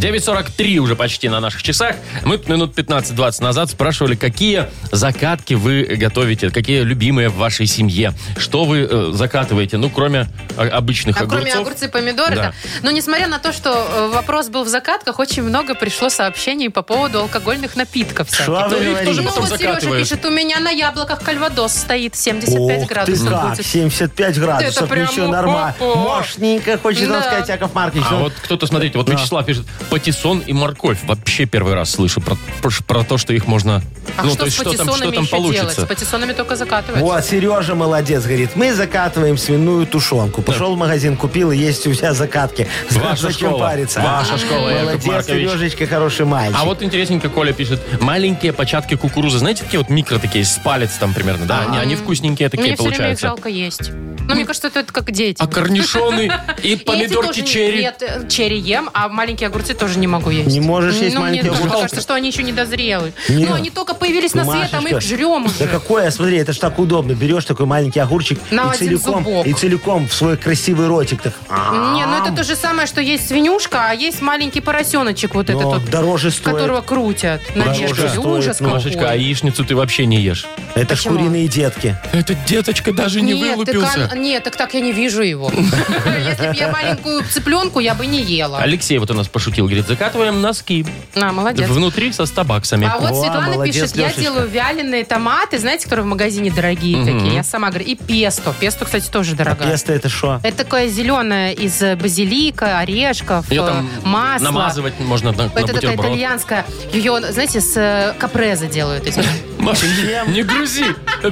Speaker 2: 9.43 уже почти на наших часах. Мы тут минут 15-20 назад спрашивали, какие закатки вы готовите, какие любимые в вашей семье. Что вы э, закатываете, ну, кроме э, обычных
Speaker 3: А
Speaker 2: огурцов.
Speaker 3: кроме огурцы и помидоры,
Speaker 2: Да.
Speaker 3: да. Но несмотря на то, что э, вопрос был в закатках, очень много пришло сообщений по поводу алкогольных напитков. всяких.
Speaker 4: Шла вы
Speaker 2: Ну, их тоже
Speaker 3: Ну
Speaker 4: говорите.
Speaker 2: потом
Speaker 3: вот Сережа
Speaker 2: закатывают.
Speaker 3: пишет, у меня на яблоках кальвадос стоит 75
Speaker 4: Ох ты
Speaker 3: градусов.
Speaker 4: как,
Speaker 3: будет».
Speaker 4: 75 градусов,
Speaker 3: прямо
Speaker 4: ничего, нормально.
Speaker 3: о-о.
Speaker 4: Мощненько, хочет
Speaker 3: Да.
Speaker 4: нам сказать Яков Маркович.
Speaker 2: А
Speaker 4: Ну,
Speaker 2: вот кто-то, смотрите, вот Вячеслав пишет, патиссон и морковь. Вообще первый раз слышу про, про, про то, что их можно...
Speaker 3: А
Speaker 2: ну, то
Speaker 3: что
Speaker 2: есть
Speaker 3: с
Speaker 2: что там, что
Speaker 3: патиссонами
Speaker 2: там
Speaker 3: еще делать? С
Speaker 2: получится.
Speaker 3: патиссонами только закатывать.
Speaker 4: Вот, Сережа молодец, говорит, мы закатываем свиную тушенку. Пошел в магазин, купил, и есть у тебя закатки.
Speaker 2: Ваша
Speaker 4: Зачем
Speaker 2: школа.
Speaker 4: париться?
Speaker 2: Ваша
Speaker 4: а?
Speaker 2: школа, Яков
Speaker 4: Молодец,
Speaker 2: Маркович.
Speaker 4: Сережечка, хороший мальчик.
Speaker 2: А вот интересненько Коля пишет, маленькие початки кукурузы, знаете, такие вот микро такие, с палец там примерно, да? Они, они вкусненькие такие
Speaker 3: А. Мне все время их
Speaker 2: получаются.
Speaker 3: жалко есть. Но мне кажется, это это как дети.
Speaker 2: А корнишоны и
Speaker 3: И эти
Speaker 2: помидорки
Speaker 3: тоже-
Speaker 2: черри.
Speaker 3: Нет, э, черри ем, а маленькие огурцы тоже не могу есть.
Speaker 4: Не можешь есть
Speaker 3: ну, мне
Speaker 4: маленькие огурцы?
Speaker 3: тоже кажется, что они еще не дозрелы.
Speaker 4: Нет.
Speaker 3: Ну, они только появились на свет, а мы их
Speaker 4: Машечка,
Speaker 3: жрем
Speaker 4: Да
Speaker 3: уже.
Speaker 4: какое, смотри, это ж так удобно. Берешь такой маленький огурчик
Speaker 3: На один
Speaker 4: и, целиком,
Speaker 3: зубок.
Speaker 4: и целиком в свой красивый ротик. Так,
Speaker 3: Не, ну это то же самое, что есть свинюшка, а есть маленький поросеночек вот
Speaker 4: Но
Speaker 3: этот вот,
Speaker 4: дороже стоит.
Speaker 3: которого крутят. На
Speaker 4: Дороже
Speaker 3: нежке.
Speaker 4: стоит,
Speaker 3: Ужас
Speaker 4: ну.
Speaker 2: Машечка, а
Speaker 3: какой.
Speaker 2: яичницу ты вообще не ешь.
Speaker 4: Это ж
Speaker 3: Почему?
Speaker 4: куриные детки.
Speaker 2: Это деточка даже не
Speaker 3: Нет, так,
Speaker 2: вылупился.
Speaker 3: он- нет, так так я не вижу его. Если бы я маленькую цыпленку, я бы не ела.
Speaker 2: А. Алексей вот у нас пошутил, говорит, закатываем носки.
Speaker 3: На, молодец.
Speaker 2: Внутри со стабаксами.
Speaker 3: А вот
Speaker 4: Во,
Speaker 3: Светлана
Speaker 4: молодец,
Speaker 3: пишет,
Speaker 4: Лешечка.
Speaker 3: я делаю вяленые томаты, знаете, которые в магазине дорогие такие. Я сама говорю. И песто. Песто, кстати, тоже дорогая.
Speaker 4: А Песто это что?
Speaker 3: Это такое зеленое из базилика, орешков,
Speaker 2: Ее
Speaker 3: э,
Speaker 2: там
Speaker 3: масла.
Speaker 2: намазывать можно на, на
Speaker 3: Ну, Это такая
Speaker 2: бутерброд.
Speaker 3: итальянская. Ее, знаете, с э, капреза делают. из-
Speaker 2: Маша, не, не грузи.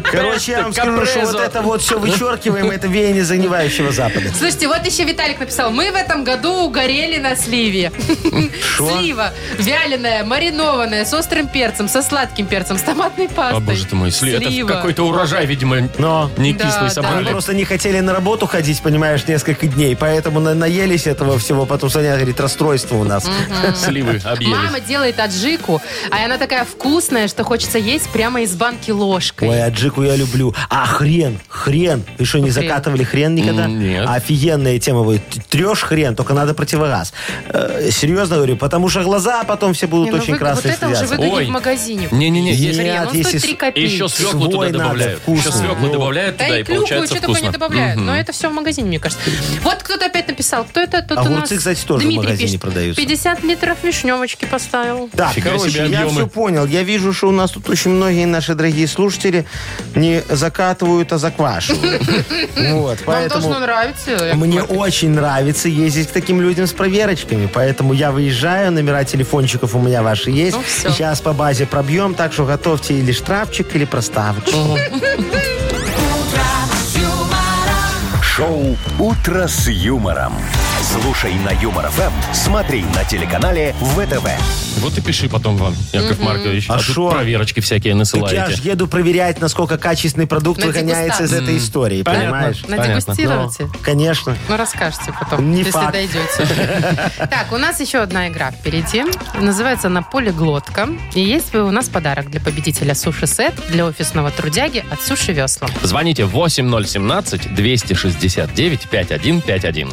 Speaker 4: Короче, я вам скажу, что вот
Speaker 2: Капрезо.
Speaker 4: это вот все вычеркиваем, это веяние загнивающего Запада.
Speaker 3: Слушайте, вот еще Виталик написал. Мы в этом году угорели на сливе. Слива вяленая, маринованная, с острым перцем, со сладким перцем, с томатной пастой.
Speaker 2: О, боже ты мой, сли- это
Speaker 3: Слива.
Speaker 2: какой-то урожай, видимо,
Speaker 4: Но
Speaker 2: не
Speaker 3: Да,
Speaker 2: кислый
Speaker 3: да.
Speaker 4: мы
Speaker 2: собрали.
Speaker 4: просто не хотели на работу ходить, понимаешь, несколько дней, поэтому на- наелись этого всего, потом Саня говорит, расстройство у нас.
Speaker 2: Сливы
Speaker 3: Мама
Speaker 2: объелись.
Speaker 3: делает аджику, а она такая вкусная, что хочется есть прямо из банки ложкой.
Speaker 4: Ой, аджику я люблю. А хрен, хрен. Вы что, не
Speaker 3: Хрен.
Speaker 4: закатывали хрен никогда?
Speaker 2: М, нет.
Speaker 4: Офигенная тема будет. Т- Трешь хрен, только надо противогаз. Э, серьезно говорю, потому что глаза потом все будут
Speaker 3: Не, ну
Speaker 4: очень
Speaker 3: вы- вот
Speaker 4: красные
Speaker 3: это уже
Speaker 4: слезятся.
Speaker 3: выгоднее
Speaker 2: Ой.
Speaker 3: в магазине.
Speaker 2: Не-не-не,
Speaker 3: Хрен,
Speaker 2: есть-
Speaker 4: Нет,
Speaker 3: он стоит
Speaker 4: если
Speaker 3: 3
Speaker 4: с-
Speaker 2: И
Speaker 3: копейки.
Speaker 2: еще свеклу туда
Speaker 4: Свой надо,
Speaker 2: добавляют. Еще
Speaker 4: вкусный.
Speaker 2: свеклу добавляют
Speaker 3: Да
Speaker 2: туда, и
Speaker 3: и клюкву,
Speaker 2: получается
Speaker 3: что такое не
Speaker 2: вкусно.
Speaker 3: добавляют.
Speaker 2: Мгм.
Speaker 3: Но это все в магазине, мне кажется. Вот кто-то опять написал. Кто это тут у нас?
Speaker 4: А Огурцы, кстати, тоже в
Speaker 3: Дмитрий
Speaker 4: магазине
Speaker 3: пишет,
Speaker 4: продаются.
Speaker 3: 50 литров вишневочки поставил.
Speaker 4: Так,
Speaker 2: Фига себе
Speaker 4: короче, я
Speaker 2: объемы.
Speaker 4: все понял. Я вижу, что у нас тут очень многие наши дорогие слушатели не закатывают, а заквашивают. Вот,
Speaker 3: Вам должно
Speaker 4: поэтому...
Speaker 3: нравиться.
Speaker 4: Мне очень нравится ездить к таким людям с проверочками, поэтому я выезжаю, номера телефончиков у меня ваши есть.
Speaker 3: Ну, всё.
Speaker 4: Сейчас по базе пробьем, так что готовьте или штрафчик, или проставочку.
Speaker 1: Шоу «Утро с юмором». Слушай на Юмор ФМ, смотри на телеканале ВТВ.
Speaker 2: Вот и пиши потом вам, Яков Маркович.
Speaker 4: А
Speaker 2: А тут
Speaker 4: шо?
Speaker 2: проверочки всякие
Speaker 4: Так я ж
Speaker 2: насылаете.
Speaker 4: еду проверять, насколько качественный продукт
Speaker 3: На
Speaker 4: выгоняется из этой истории,
Speaker 2: Понятно.
Speaker 4: понимаешь?
Speaker 2: понятно.
Speaker 3: Надегустируйте.
Speaker 4: Ну, конечно.
Speaker 3: Ну, расскажете потом,
Speaker 4: Не
Speaker 3: если
Speaker 4: факт.
Speaker 3: дойдете. Так, у нас еще одна игра впереди. Называется «На поле глотка». И есть у нас подарок для победителя суши-сет для офисного трудяги от Суши Весла.
Speaker 2: Звоните 8017-269-5151.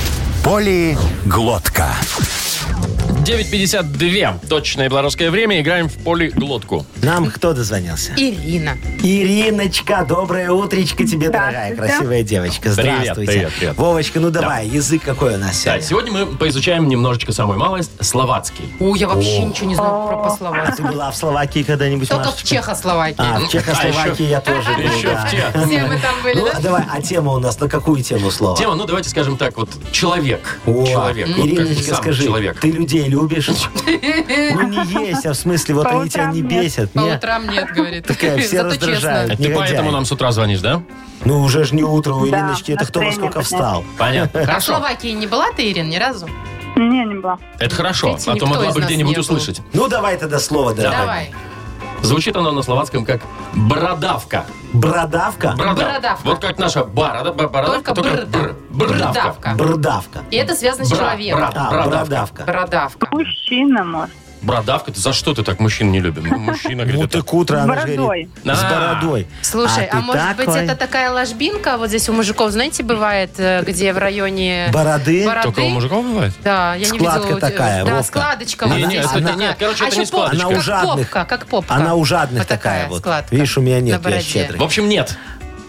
Speaker 1: Полиглотка.
Speaker 2: 9.52. Точное белорусское время. Играем в поле глотку.
Speaker 4: Нам кто дозвонился?
Speaker 3: Ирина.
Speaker 4: Ириночка, доброе утречко тебе, дорогая,
Speaker 5: Здравствуйте.
Speaker 4: красивая девочка.
Speaker 2: Привет,
Speaker 4: Здравствуйте.
Speaker 2: привет, привет.
Speaker 4: Вовочка, ну давай, язык какой у нас
Speaker 2: Да,
Speaker 4: сегодня?
Speaker 2: сегодня мы поизучаем немножечко самой малость словацкий.
Speaker 3: О, я вообще ничего не знаю про послова.
Speaker 4: Ты была в Словакии когда-нибудь,
Speaker 3: Только в
Speaker 4: Машечка?
Speaker 3: Чехословакии.
Speaker 4: А, в Чехословакии я тоже был,
Speaker 2: Еще
Speaker 4: да.
Speaker 2: в те.
Speaker 3: Все мы там были,
Speaker 4: А, Ну,
Speaker 3: да?
Speaker 4: давай, а тема у нас на какую тему слово?
Speaker 2: Тема, ну давайте скажем так, вот человек.
Speaker 4: О,
Speaker 2: человек. вот как ты
Speaker 4: Ириночка,
Speaker 2: сам
Speaker 4: скажи,
Speaker 2: Человек.
Speaker 4: ты людей любишь? Ну не есть, а в смысле, вот
Speaker 5: По
Speaker 4: они тебя
Speaker 5: утрам
Speaker 4: не
Speaker 5: нет.
Speaker 4: бесят.
Speaker 3: По
Speaker 4: Нет.
Speaker 3: утрам нет, говорит.
Speaker 4: Такая, все
Speaker 3: Зато
Speaker 4: раздражают.
Speaker 2: Ты
Speaker 3: честно.
Speaker 4: негодяй.
Speaker 2: поэтому нам с утра звонишь, да?
Speaker 4: Ну уже ж не утро у
Speaker 5: Да,
Speaker 4: Ириночки, это кто во
Speaker 5: настроение
Speaker 4: сколько
Speaker 5: поднять.
Speaker 4: встал.
Speaker 2: Понятно.
Speaker 3: А в
Speaker 2: Хорошо.
Speaker 3: Словакии не была ты, Ирин, ни разу?
Speaker 5: Не, не была.
Speaker 2: Это хорошо.
Speaker 3: Видите,
Speaker 2: А то
Speaker 3: никто
Speaker 2: могла
Speaker 3: из
Speaker 2: бы
Speaker 3: нас
Speaker 2: где-нибудь
Speaker 3: не был.
Speaker 2: услышать.
Speaker 4: Ну давай тогда слово, дорогая.
Speaker 3: Давай.
Speaker 2: Звучит оно на словацком как бородавка.
Speaker 4: Бродавка?
Speaker 3: Бородавка.
Speaker 2: Вот как наша борода, б- бородавка,
Speaker 3: Только
Speaker 2: только бр-
Speaker 3: брда.
Speaker 2: бородавка.
Speaker 3: Бородавка.
Speaker 4: Бродавка.
Speaker 3: И это связано с
Speaker 2: Бра-
Speaker 3: человеком.
Speaker 2: бра-
Speaker 4: А,
Speaker 2: Бородавка.
Speaker 4: бродавка.
Speaker 3: Бородавка.
Speaker 5: Мужчина, может.
Speaker 2: Бородавка, ты за что ты так мужчин не любим? Ну, Мужчина,
Speaker 4: Ну
Speaker 2: говорит, это...
Speaker 4: ты к утру, она же
Speaker 5: бородой.
Speaker 4: говорит. С
Speaker 2: А.
Speaker 4: бородой.
Speaker 3: Слушай, а,
Speaker 4: ты
Speaker 3: может быть
Speaker 4: такой?
Speaker 3: это такая ложбинка? Вот здесь у мужиков, знаете, бывает, э, где в районе
Speaker 4: Бороды?
Speaker 3: бороды.
Speaker 2: Только у мужиков бывает?
Speaker 3: Да, я
Speaker 4: Складка
Speaker 3: не видела. у тебя-
Speaker 4: такая,
Speaker 3: Да,
Speaker 4: Вовка.
Speaker 3: складочка.
Speaker 2: Не,
Speaker 3: вот
Speaker 2: не,
Speaker 3: здесь
Speaker 2: это
Speaker 3: вот
Speaker 2: не-
Speaker 3: такая.
Speaker 2: нет, короче,
Speaker 3: а
Speaker 2: это
Speaker 3: еще
Speaker 2: не складочка.
Speaker 4: Она у
Speaker 3: Как
Speaker 4: жадных.
Speaker 3: попка, как попка.
Speaker 4: Она у жадных
Speaker 3: Вот такая
Speaker 4: такая вот.
Speaker 3: складка.
Speaker 4: Видишь, у меня
Speaker 3: На
Speaker 4: нет, я
Speaker 3: бороде.
Speaker 4: щедрый.
Speaker 2: В общем, нет.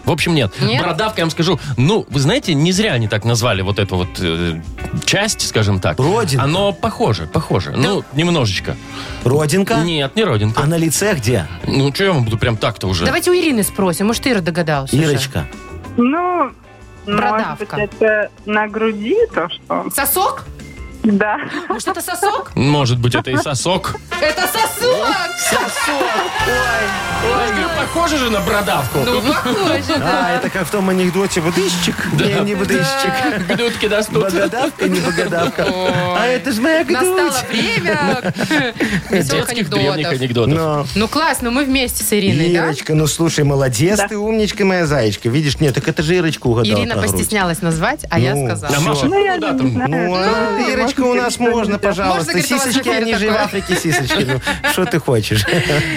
Speaker 2: В общем, нет.
Speaker 3: Нет?
Speaker 2: Бородавка, я вам скажу, ну, вы знаете, не зря они так назвали вот эту вот э, часть, скажем так.
Speaker 4: Родинка.
Speaker 2: Оно похоже, похоже. Ну, немножечко.
Speaker 4: Родинка?
Speaker 2: Нет, не родинка.
Speaker 4: А на лице где?
Speaker 2: Ну, что я вам буду прям так-то уже?
Speaker 3: Давайте у Ирины спросим, может, Ира догадалась уже.
Speaker 4: Ирочка.
Speaker 5: Ну, может быть,
Speaker 3: Бородавка.
Speaker 5: это на груди то, что...
Speaker 3: Сосок?
Speaker 5: Да.
Speaker 3: Может, это сосок?
Speaker 2: Может быть, это и сосок.
Speaker 3: Это сосок!
Speaker 2: Ой, Похоже же на бородавку.
Speaker 3: Ну, похоже,
Speaker 4: А,
Speaker 3: да.
Speaker 4: это как в том анекдоте «Быдыщик». Не, не быдыщик.
Speaker 2: Глютки достут.
Speaker 4: Богодавка, не богодавка. А это ж моя
Speaker 3: Настало
Speaker 4: грудь.
Speaker 3: время веселых
Speaker 2: Детских древних
Speaker 3: анекдотов.
Speaker 2: анекдотов.
Speaker 4: Но,
Speaker 3: Ну, классно, мы вместе с Ириной, да?
Speaker 4: Ирочка, ну слушай, молодец ты, умничка моя зайчка. Видишь, нет, так это же Ирочка угадала
Speaker 3: Ирина
Speaker 4: про грудь.
Speaker 3: постеснялась назвать, а я
Speaker 4: Ну,
Speaker 2: А
Speaker 3: сказала.
Speaker 2: Маша,
Speaker 5: Ну, я
Speaker 2: ну, да,
Speaker 5: не
Speaker 2: там,
Speaker 5: знаю.
Speaker 4: Ну, а,
Speaker 5: Ну,
Speaker 4: Ирочка, у
Speaker 5: можно
Speaker 4: нас
Speaker 5: говорить,
Speaker 4: можно,
Speaker 5: что нельзя.
Speaker 4: пожалуйста.
Speaker 3: Можно, говорит, у вас
Speaker 4: Сисочки,
Speaker 3: на
Speaker 4: они
Speaker 3: ферме
Speaker 4: же в
Speaker 3: такое.
Speaker 4: Африке сисочки. Ну, что ты хочешь?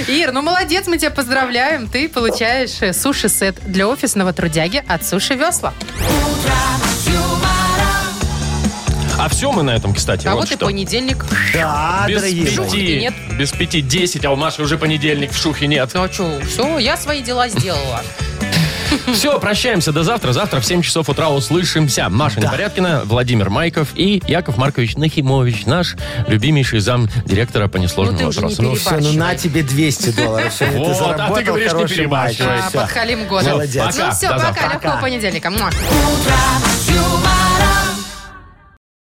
Speaker 3: Ир, ну молодец, мы тебя поздравляем. Ты получаешь э, суши-сет для офисного трудяги от Суши Весла.
Speaker 2: А все мы на этом, кстати.
Speaker 3: А
Speaker 2: вот
Speaker 3: вот и
Speaker 2: что.
Speaker 3: понедельник.
Speaker 4: Да,
Speaker 2: Без
Speaker 4: дорогие мои.
Speaker 3: Шухи
Speaker 2: пяти.
Speaker 3: нет.
Speaker 2: Без пяти десять, а у Маши уже понедельник, в шухе нет.
Speaker 3: Ну а что, все, я свои дела сделала.
Speaker 2: Все, прощаемся до завтра. Завтра в 7 часов утра услышимся. Маша Непорядкина, Владимир Майков и Яков Маркович Нахимович, наш любимейший зам директора по несложным
Speaker 3: Ну ты уже не
Speaker 2: вопросам.
Speaker 3: пере-
Speaker 4: Все, ну на тебе 200 долларов. Всё,
Speaker 2: Вот, а
Speaker 4: ты
Speaker 2: ты
Speaker 4: заработал,
Speaker 2: говоришь, не
Speaker 4: хороший мальчик.
Speaker 2: перебарщивай.
Speaker 3: А,
Speaker 4: Всё.
Speaker 3: Под Халим годом.
Speaker 4: Молодец.
Speaker 3: Ну
Speaker 2: Пока.
Speaker 3: все,
Speaker 2: До завтра.
Speaker 3: пока, легкого
Speaker 4: Пока.
Speaker 3: понедельника. Муа.